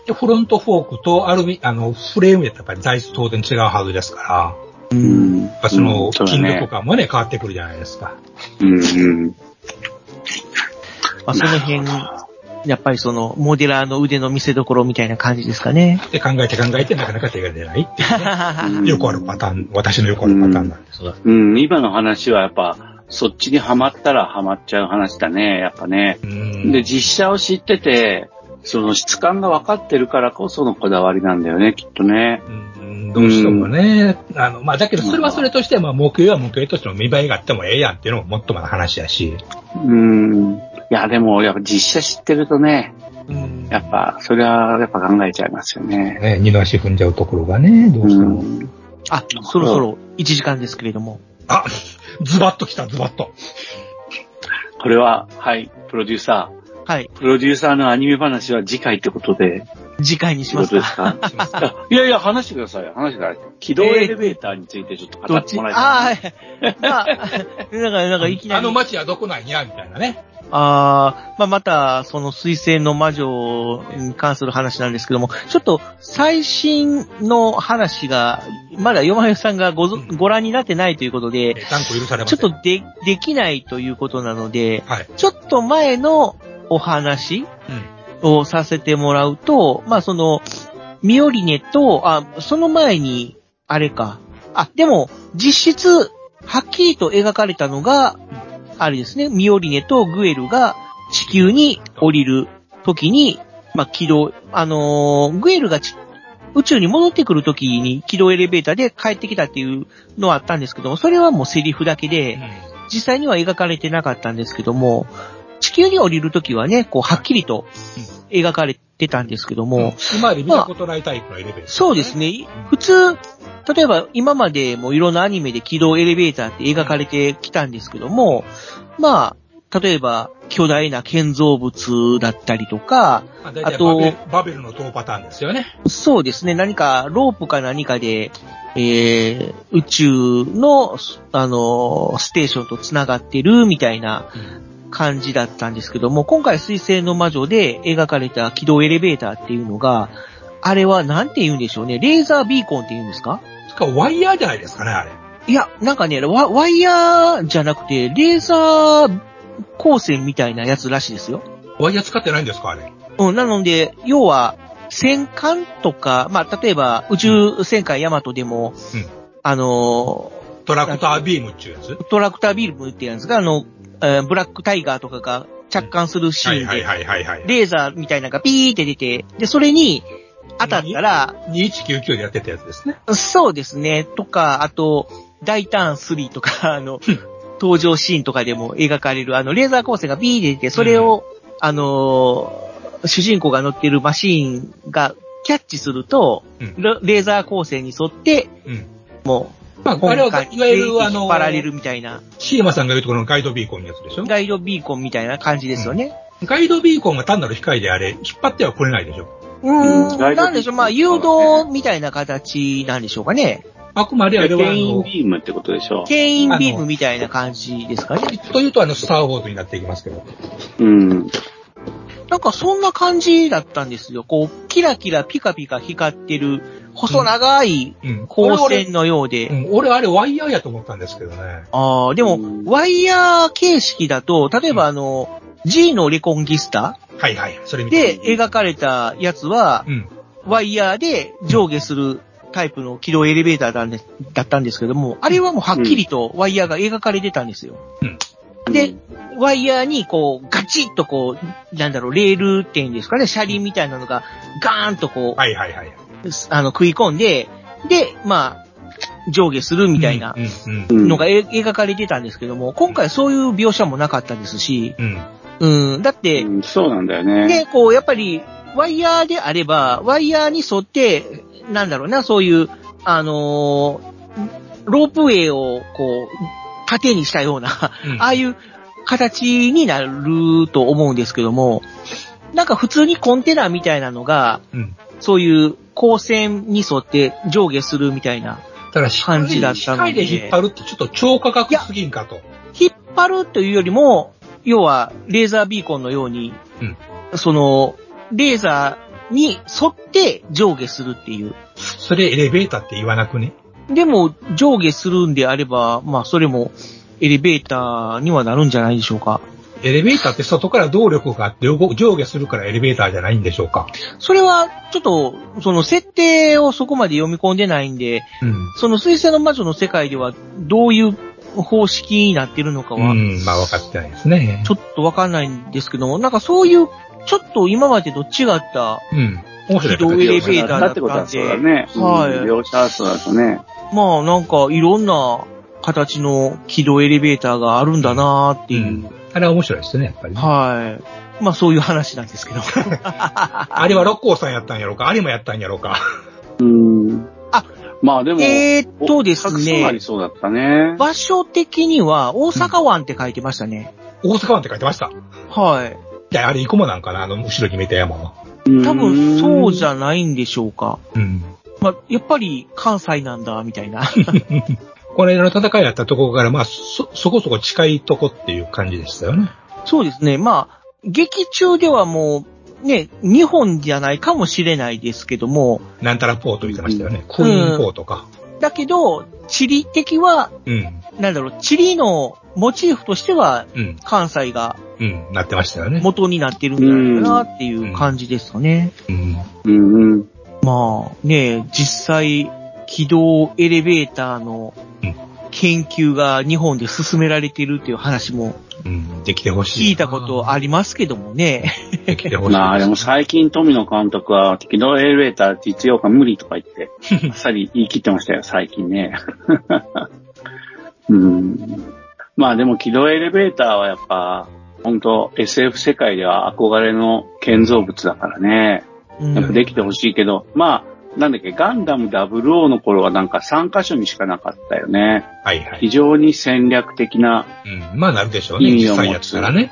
Speaker 1: で、フロントフォークとアルミ、あの、フレームやったらやっぱり材質当然違うはずですから、
Speaker 3: う。
Speaker 2: うんん。
Speaker 1: やっぱその、
Speaker 2: そうだ
Speaker 1: 金属
Speaker 2: ね。
Speaker 1: 感もね、変わってくるじゃないですか。
Speaker 2: うんうん。
Speaker 3: まあ、その辺、やっぱりその、モデラーの腕の見せ所みたいな感じですかね。
Speaker 1: で、考えて考えてなかなか手が出ないっていうね、
Speaker 2: うん
Speaker 1: よくあるパターン、私のよくあるパターンなんですが。
Speaker 2: うん、今の話はやっぱ、そっちにはまったらはまっちゃう話だね、やっぱね。
Speaker 1: うん。
Speaker 2: で、実写を知ってて、その質感が分かってるからこそのこだわりなんだよね、きっとね。
Speaker 1: うんどうしてもね、あの、まあ、だけど、それはそれとして、まあ、目標は目標としての見栄えがあってもええやんっていうのももっともな話やし、
Speaker 2: うん。いや、でも、やっぱ実写知ってるとね、
Speaker 1: うん
Speaker 2: やっぱ、それはやっぱ考えちゃいますよね。
Speaker 1: ね、二の足踏んじゃうところがね、どうして
Speaker 2: う
Speaker 1: も。
Speaker 2: ん。
Speaker 3: あ、そろそろ1時間ですけれども。
Speaker 1: あ、ズバッと来た、ズバッと。
Speaker 2: これは、はい、プロデューサー。
Speaker 3: はい。
Speaker 2: プロデューサーのアニメ話は次回ってことで、
Speaker 3: 次回にし
Speaker 2: 仕
Speaker 3: ます
Speaker 2: 事です
Speaker 3: か。
Speaker 2: かいやいや、話してくださいよ、話してください。軌道エレベーターについてちょっと語
Speaker 3: ど
Speaker 2: っ
Speaker 3: ってち
Speaker 2: もらい
Speaker 3: あ
Speaker 2: た
Speaker 3: あ
Speaker 2: い。
Speaker 3: ー、まあ、なんか、なんかいきなり。
Speaker 1: あの街はどこなんや、みたいなね。
Speaker 3: あーまあ、また、その水星の魔女に関する話なんですけども、ちょっと最新の話が、まだヨマヨさんがごぞ
Speaker 1: うん
Speaker 3: ご覧になってないということ
Speaker 1: え
Speaker 3: で、
Speaker 1: ー、断固許されま
Speaker 3: ち
Speaker 1: せ
Speaker 3: ょ
Speaker 1: ん。
Speaker 3: っとで、できないということなので、
Speaker 1: はい。
Speaker 3: ちょっと前のお話
Speaker 1: うん。
Speaker 3: をさせてもらうと、まあ、その、ミオリネと、あ、その前に、あれか。あ、でも、実質、はっきりと描かれたのが、あれですね、ミオリネとグエルが地球に降りる時に、まあ、軌道、あのーグエルがち宇宙に戻ってくる時に軌道エレベーターで帰ってきたっていうのはあったんですけども、それはもうセリフだけで、実際には描かれてなかったんですけども、地球に降りるときはね、こう、はっきりと描かれてたんですけども、
Speaker 1: もうん、今まで見たことないタイプのエレベーター、
Speaker 3: そうです
Speaker 1: ね。
Speaker 3: ね。普通、例えば今までもいろんなアニメで軌道エレベーターって描かれてきたんですけども、まあ、例えば巨大な建造物だったりとか、
Speaker 1: まあ、大体
Speaker 3: あと
Speaker 1: バベルバベルの塔パターンですよね。
Speaker 3: そうですね、何かロープか何かで、えー、宇宙の、あのー、ステーションと繋がってるみたいな感じだったんですけども、今回水星の魔女で描かれた軌道エレベーターっていうのが、あれはなんて言うんでしょうね、レーザービーコンって言うんですか
Speaker 1: しかもワイヤーじゃないですかね、あれ。
Speaker 3: いや、なんかね、ワワイヤーじゃなくて、レーザー光線みたいなやつらしいですよ。
Speaker 1: ワイヤー使ってないんですか、あれ。
Speaker 3: うん、なので、要は、戦艦とか、まあ、例えば、宇宙戦艦ヤマトでも、
Speaker 1: うん
Speaker 3: あの
Speaker 1: トラクタービームっていうやつ。
Speaker 3: ー、トラクタービームってやつが、あの、えーブラックタイガーとかが着艦するシ
Speaker 1: はい
Speaker 3: ーン
Speaker 1: はい
Speaker 3: で、
Speaker 1: はいはいはい。
Speaker 3: レーザーみたいなのがピーって出て、で、それに当たったら、
Speaker 1: 2199でやってたやつですね。
Speaker 3: そうですね、とか、あと、大胆3とか、 あの、登場シーンとかでも描かれる、あの、レーザー光線がビーって出て、それを、あのー主人公が乗ってるマシーンがキャッチすると、
Speaker 1: うん
Speaker 3: レレーザー光線に沿って、
Speaker 1: うん。
Speaker 3: も
Speaker 1: ま
Speaker 3: う、
Speaker 1: あ、あれは、
Speaker 3: 本
Speaker 1: いわゆ
Speaker 3: で
Speaker 1: る、あの
Speaker 3: 引っ、張られるみたいな、
Speaker 1: シーマさんが言うところのガイドビーコンのやつでしょ
Speaker 3: ガイドビーコンみたいな感じですよね。
Speaker 1: ガイドビーコンが単なる光であれ、引っ張ってはこれないでしょ
Speaker 3: うん、
Speaker 2: うんガイド
Speaker 3: なんでしょう、まあ、誘導みたいな形なんでしょうかね。
Speaker 1: あくまであれは、あ
Speaker 2: 牽引
Speaker 1: の、
Speaker 2: ビームってことでしょ
Speaker 3: 牽引ビームみたいな感じですかね。
Speaker 1: というとあの、スターウォーズになっていきますけど。
Speaker 2: うん。
Speaker 3: なんかそんな感じだったんですよ。こう、キラキラピカピカ光ってる、細長い
Speaker 1: うん。
Speaker 3: 光
Speaker 1: 俺
Speaker 3: 線のようで。
Speaker 1: 俺、うん、俺あれワイヤーやと思ったんですけどね。
Speaker 3: ああ、でも、
Speaker 2: うん
Speaker 3: ワイヤー形式だと、例えばあの、G のレコンギスタ
Speaker 1: はいはい。それ見て。
Speaker 3: で描かれたやつは
Speaker 1: う、ん。
Speaker 3: ワイヤーで上下するタイプの軌道エレベーターだ,、ね、だったんですけども、あれはもうはっきりとワイヤーが描かれてたんですよ。で、ワイヤーにこう、ガチッとこう、なんだろう、レールっていうんですかね、車輪みたいなのが、ガーンとこう、
Speaker 1: はいはいはい。
Speaker 3: あの、食い込んで、で、まあ、上下するみたいな
Speaker 1: うんうん。
Speaker 2: うん
Speaker 3: のがえ描かれてたんですけども、今回そういう描写もなかったですし、
Speaker 1: うん。
Speaker 3: うん、だって、
Speaker 2: うんそうなんだよね。
Speaker 3: ね、こう、やっぱり、ワイヤーであれば、ワイヤーに沿って、なんだろうな、そういう、あのーロープウェイを、こう、縦にしたような、
Speaker 1: うん
Speaker 3: ああいう形になると思うんですけども、なんか普通にコンテナみたいなのが、
Speaker 1: うん。
Speaker 3: そういう光線に沿って上下するみたいな、
Speaker 1: ただ、光
Speaker 3: 感じだったので
Speaker 1: で引っ張るってちょっと超価格すぎんかと。
Speaker 3: 引っ張るというよりも、要はレーザービーコンのように、
Speaker 1: うん
Speaker 3: その、レーザーに沿って上下するっていう。
Speaker 1: それエレベーターって言わなくね。
Speaker 3: でも、上下するんであれば、まあ、それも、エレベーターにはなるんじゃないでしょうか。
Speaker 1: エレベーターって外から動力があって動上下するからエレベーターじゃないんでしょうか。
Speaker 3: それは、ちょっと、その設定をそこまで読み込んでないんで、
Speaker 1: うん。
Speaker 3: その水星の魔女の世界では、どういう方式になってるのかは、
Speaker 1: うん、まあ分かってないですね。
Speaker 3: ちょっとわかんないんですけども、なんかそういう、ちょっと今までと違った、
Speaker 1: うん。面白い
Speaker 3: 軌道エレベ
Speaker 1: 形
Speaker 3: ーターだったんで
Speaker 2: ってことはそうだね。
Speaker 3: はい
Speaker 2: うん両者そうだとね。
Speaker 3: まあなんかいろんな形の軌道エレベーターがあるんだなーって
Speaker 1: う
Speaker 3: いう。
Speaker 1: ん。あれは面白いですね、やっぱり。
Speaker 3: はい。まあそういう話なんですけど。
Speaker 1: あれは六甲さんやったんやろうか、あれもやったんやろうか。
Speaker 2: うん。
Speaker 3: あ、
Speaker 2: まあでも、
Speaker 3: えーっとです
Speaker 2: たくさんあり
Speaker 3: ね、
Speaker 2: そうだったね。
Speaker 3: 場所的には大阪湾って書いてましたね。
Speaker 1: 大阪湾って書いてました。
Speaker 3: はい。
Speaker 1: いや、あれ、生駒なんかな、あの、後ろに見えた山は。
Speaker 3: 多分そうじ
Speaker 2: ゃ。
Speaker 3: ゃないんでしょうか。
Speaker 1: うん。
Speaker 3: まあやっぱり関西なんだ、みたいな。
Speaker 1: この間の戦いやったとこから、まあ、そ、そこそこ近いとこっていう感じでしたよね。
Speaker 3: そうですね。まあ、劇中ではもう、ね、日本じゃないかもしれないですけども、
Speaker 1: なんたらポート言ってましたよね。クイーンポートか。
Speaker 3: だけど、地理的は
Speaker 1: うん。
Speaker 3: なんだろう、地理のモチーフとしては、
Speaker 1: うん。
Speaker 3: 関西が
Speaker 1: うん。なってましたよね。
Speaker 3: 元になってるんじゃないかなっていう感じですかね。
Speaker 1: うん。
Speaker 2: うんうん。
Speaker 3: まあ、ねえ実際、軌道エレベーターの
Speaker 1: うん
Speaker 3: 研究が日本で進められてるっていう話も
Speaker 1: うん。できてほしい。
Speaker 3: 聞いたことありますけどもね。
Speaker 1: できてほしい。
Speaker 2: まあでも最近富野監督は、軌道エレベーター実用化無理とか言って、あっさり言い切ってましたよ、最近ね。 うん。まあでも軌道エレベーターはやっぱ、本当 SF 世界では憧れの建造物だからね。
Speaker 3: うん
Speaker 2: やっぱできてほしいけど、まあ、なんだっけ、ガンダム00の頃はなんか3カ所にしかなかったよね。
Speaker 1: はいは
Speaker 2: 非
Speaker 1: い。
Speaker 2: 常に戦略的な
Speaker 1: うん。まあ、なるでしょうね。
Speaker 2: 意味を
Speaker 1: 実
Speaker 2: 持つ
Speaker 1: 際やったらね。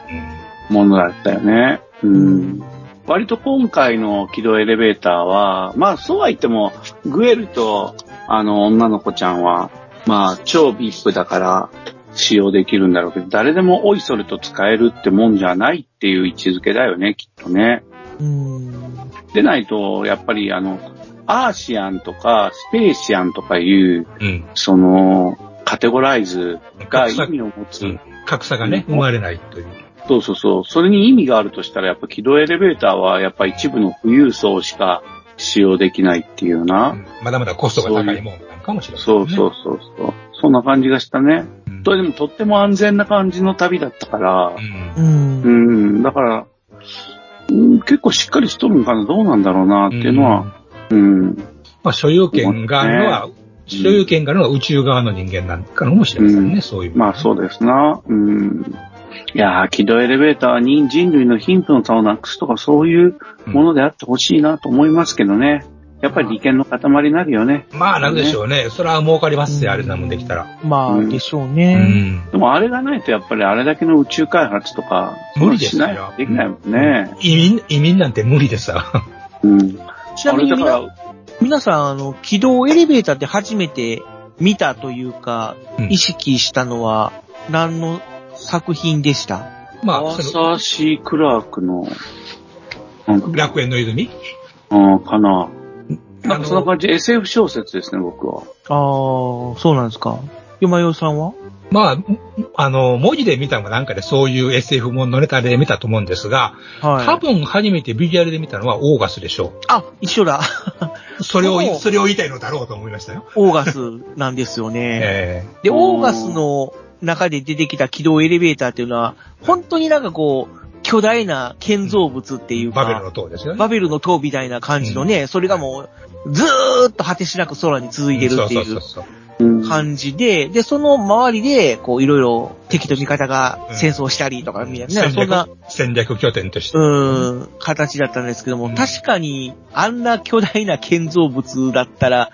Speaker 2: ものだったよね。うん。割と今回の軌道エレベーターは、まあそうは言っても、グエルとあの女の子ちゃんは、まあ超 VIP だから使用できるんだろうけど、誰でもおいそれと使えるってもんじゃないっていう位置づけだよね、きっとね。
Speaker 3: うん。
Speaker 2: でないと、やっぱりあの、アーシアンとかスペーシアンとかいう、
Speaker 1: うん。うん。
Speaker 2: その、カテゴライズが
Speaker 1: 格
Speaker 2: 意
Speaker 1: 差、
Speaker 2: 味を持つ。
Speaker 1: うん格差がね、生まれないという。
Speaker 2: そうそうそう。それに意味があるとしたら、やっぱ軌道エレベーターは、やっぱ一部の富裕層しか使用できないっていう
Speaker 1: う
Speaker 2: な。
Speaker 1: んまだまだコストが高いもんなんかもしれない。
Speaker 2: そうそう。そうそう。そんな感じがしたね。
Speaker 1: うん
Speaker 2: と、でもとっても安全な感じの旅だったから
Speaker 1: う、ん
Speaker 3: うん
Speaker 2: うん、うん、だから、うん、結構しっかりしとるんかな、どうなんだろうな、っていうのは、うん、
Speaker 1: まあ、所有権があるのは、所有権があるのは宇宙側の人間なんかのかもしれませんね、
Speaker 2: うん
Speaker 1: そういう。
Speaker 2: まあそうですな。うん。いやー、軌道エレベーターに人類の貧富の差をなくすとかそういうものであってほしいなと思いますけどね。やっぱり利権の塊になるよね。
Speaker 1: まあ、なるでしょうね。それは儲かりますよ、あれなもんできたら。
Speaker 3: まあ、でしょう
Speaker 1: う
Speaker 3: ね。
Speaker 1: ん。
Speaker 2: でもあれがないとやっぱりあれだけの宇宙開発とか、
Speaker 1: 無理ですよ
Speaker 2: しないできないもんね。
Speaker 1: 移民、移民なんて無理ですわ。
Speaker 2: うん。
Speaker 3: ちなみに
Speaker 2: あれだ
Speaker 3: 皆
Speaker 2: か
Speaker 3: 皆さん、あの、軌道エレベーターって初めて見たというか、
Speaker 1: うん
Speaker 3: 意識したのは何の作品でした
Speaker 1: ま
Speaker 2: ら、ア
Speaker 1: あ、
Speaker 2: ー
Speaker 1: そ
Speaker 2: サー・シー・クラークの、なん
Speaker 1: の、楽園の泉
Speaker 2: うん、かな。な
Speaker 1: あ
Speaker 2: んかそんな
Speaker 1: の、
Speaker 2: 感じ、SF 小説ですね、僕は。
Speaker 3: ああ、そうなんですか。よまよさんは
Speaker 1: まあ、あの、文字で見たのがなんかでそういう SF ものネタで見たと思うんですが、多
Speaker 3: はい。
Speaker 1: 分初めてビジュアルで見たのはオーガスでしょ
Speaker 3: あ、一緒だ。
Speaker 1: う。それを
Speaker 3: そ
Speaker 1: 言
Speaker 3: う
Speaker 1: い、それを言いたいのだろうと思いましたよ。
Speaker 3: オーガスなんですよね。
Speaker 1: ええ
Speaker 3: で、
Speaker 2: うん
Speaker 3: オーガスの中で出てきた軌道エレベーターっていうのは、本当になんかこう、巨大な建造物っていうか、
Speaker 1: バベルの塔ですよね。
Speaker 3: バベルの塔みたいな感じのね、それがもう、ずーっと果てしなく空に続いてるって
Speaker 1: うんそ
Speaker 3: い
Speaker 1: ううそうそうそう。
Speaker 2: うん。
Speaker 3: 感じで、で、その周りで、こう、いろいろ敵と味方が戦争したりとか、みたいな、
Speaker 1: 戦
Speaker 3: そんな
Speaker 1: 略、、戦略拠点として。
Speaker 3: うーん、形だったんですけども、
Speaker 1: うん
Speaker 3: 確かに、あんな巨大な建造物だったら、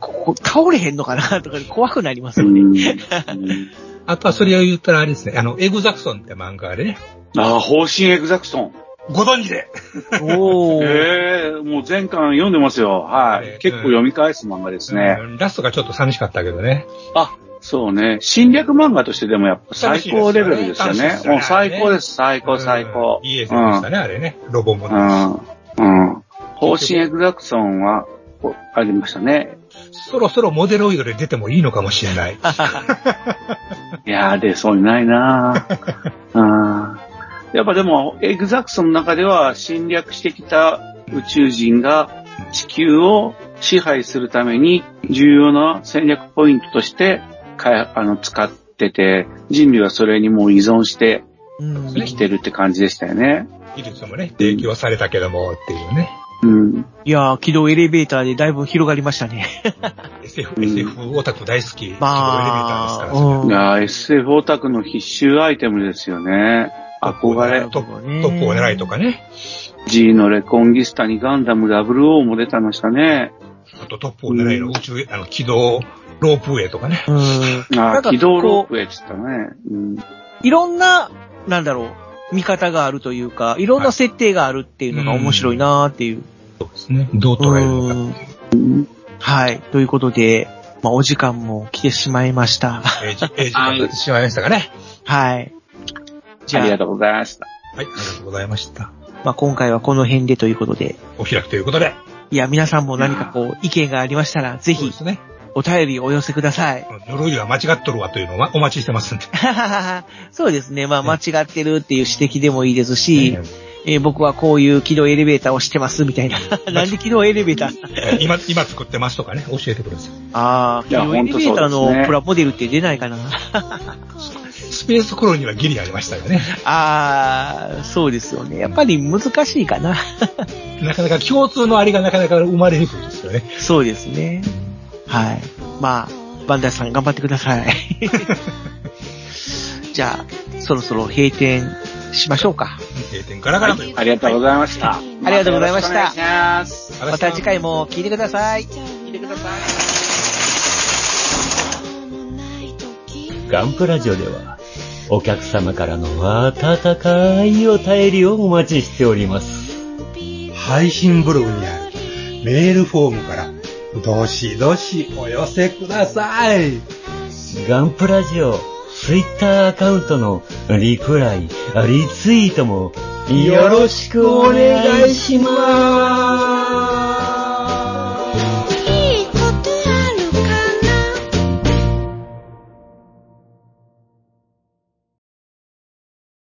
Speaker 3: ここ倒れへんのかな とか怖くなります
Speaker 2: う
Speaker 3: よね。
Speaker 2: ん。
Speaker 1: あとはそれを言ったらあれですね、あの、エグザクソンって漫画でね、
Speaker 2: ああ、方針エグザクソン。
Speaker 1: ご存知で
Speaker 3: おー。
Speaker 2: ええもう前巻読んでますよ。は
Speaker 1: ええ
Speaker 2: い。結構読み返す漫画ですね。
Speaker 1: うんラストがちょっと寂しかったけどね。
Speaker 2: あ、そうね。侵略漫画としてでもやっぱ最高レベルですよ
Speaker 1: 楽しいで
Speaker 2: ね。
Speaker 1: すよね
Speaker 2: もう最高です。最高、最高。
Speaker 1: うんいい映像でしたね、あれね。ロボも
Speaker 2: う。ん。うん。うん。方針エグザクソンは、こうありましたね。
Speaker 1: そろそろモデロイドで出てもいいのかもしれない。
Speaker 2: いやー、出そうにない なぁうん。やっぱでも、エグザクソンの中では侵略してきた宇宙人が地球を支配するために重要な戦略ポイントとして開あの使ってて、人類はそれにもう依存して
Speaker 3: うん
Speaker 2: 生きてるって感じでしたよね。
Speaker 1: 技術もね、提供されたけども、っていうね。
Speaker 2: うん。
Speaker 3: いやー、軌道エレベーターでだいぶ広がり ましたね。
Speaker 1: SF、
Speaker 2: うん
Speaker 1: SF オタク大好き。
Speaker 3: まあ、
Speaker 1: エレベーターですから
Speaker 2: いやー SF オタクの必修アイテムですよね。憧れ。
Speaker 1: トップトップを狙いとかね。
Speaker 2: G のレコンギスタにガンダム00も出てましたね。
Speaker 1: あとトップを狙いの宇宙、あの、軌道、ロープウェイとかね。
Speaker 3: うん。うん
Speaker 2: あ
Speaker 3: なん
Speaker 2: あ、
Speaker 3: か
Speaker 2: 機動ロー
Speaker 3: こう
Speaker 2: プウェイって言ったね。うん。
Speaker 3: いろんな、なんだろう、見方があるというか、いろんな設定があるっていうのが面白いなーっていう。
Speaker 1: そうですね。どう捉えるのか。
Speaker 3: うんはい。ということで、まあ、お時間も来てしまいました。
Speaker 1: えーじえー時間になってしまいましたかね。
Speaker 3: はい。じ
Speaker 2: ありが
Speaker 3: ゃあ、
Speaker 2: とうございました。
Speaker 1: はい、ありがとうございました。
Speaker 3: まあ、今回はこの辺でということで、
Speaker 1: お開きということで。
Speaker 3: いや、皆さんも何かこう、意見がありましたら、
Speaker 1: そ
Speaker 3: ぜ
Speaker 1: う
Speaker 3: ひ
Speaker 1: で、すね。
Speaker 3: お便りお寄せください。
Speaker 1: 呪いは間違っとるわというのはお待ちしてますんで。
Speaker 3: そうですね。まあ、間違ってるっていう指摘でもいいですし、えー僕はこういう軌道エレベーターをしてますみたいな。 なんで軌道エレベーター
Speaker 1: えー今、今作ってますとかね、教えてください。
Speaker 3: ああ、軌
Speaker 2: いや
Speaker 3: 道エレベーター
Speaker 2: ほんとそうです
Speaker 3: の
Speaker 2: ね
Speaker 3: プラモデルって出ないか な。
Speaker 1: スペースコロニーはギリありましたよね。
Speaker 3: ああ、そうですよね。やっぱり難しいかな。
Speaker 1: なかなか共通のありがなかなか生まれにくいですよね。
Speaker 3: そうですね。はい。まあ、バンダイさん頑張ってください。 じゃあ、そろそろ閉店しましょうか。
Speaker 1: 定点からからという。
Speaker 2: ありがとうございました。
Speaker 3: ありがとうございました
Speaker 2: よろくお願いします。
Speaker 3: また次回も聞いてください。
Speaker 9: ガンプラジオでは、お客様からの温かいお便りをお待ちしております。
Speaker 5: 配信ブログにあるメールフォームから、どしどしお寄せください。
Speaker 9: ガンプラジオ、ツイッターアカウントのリプライ、リツイートもよろしくお願いします。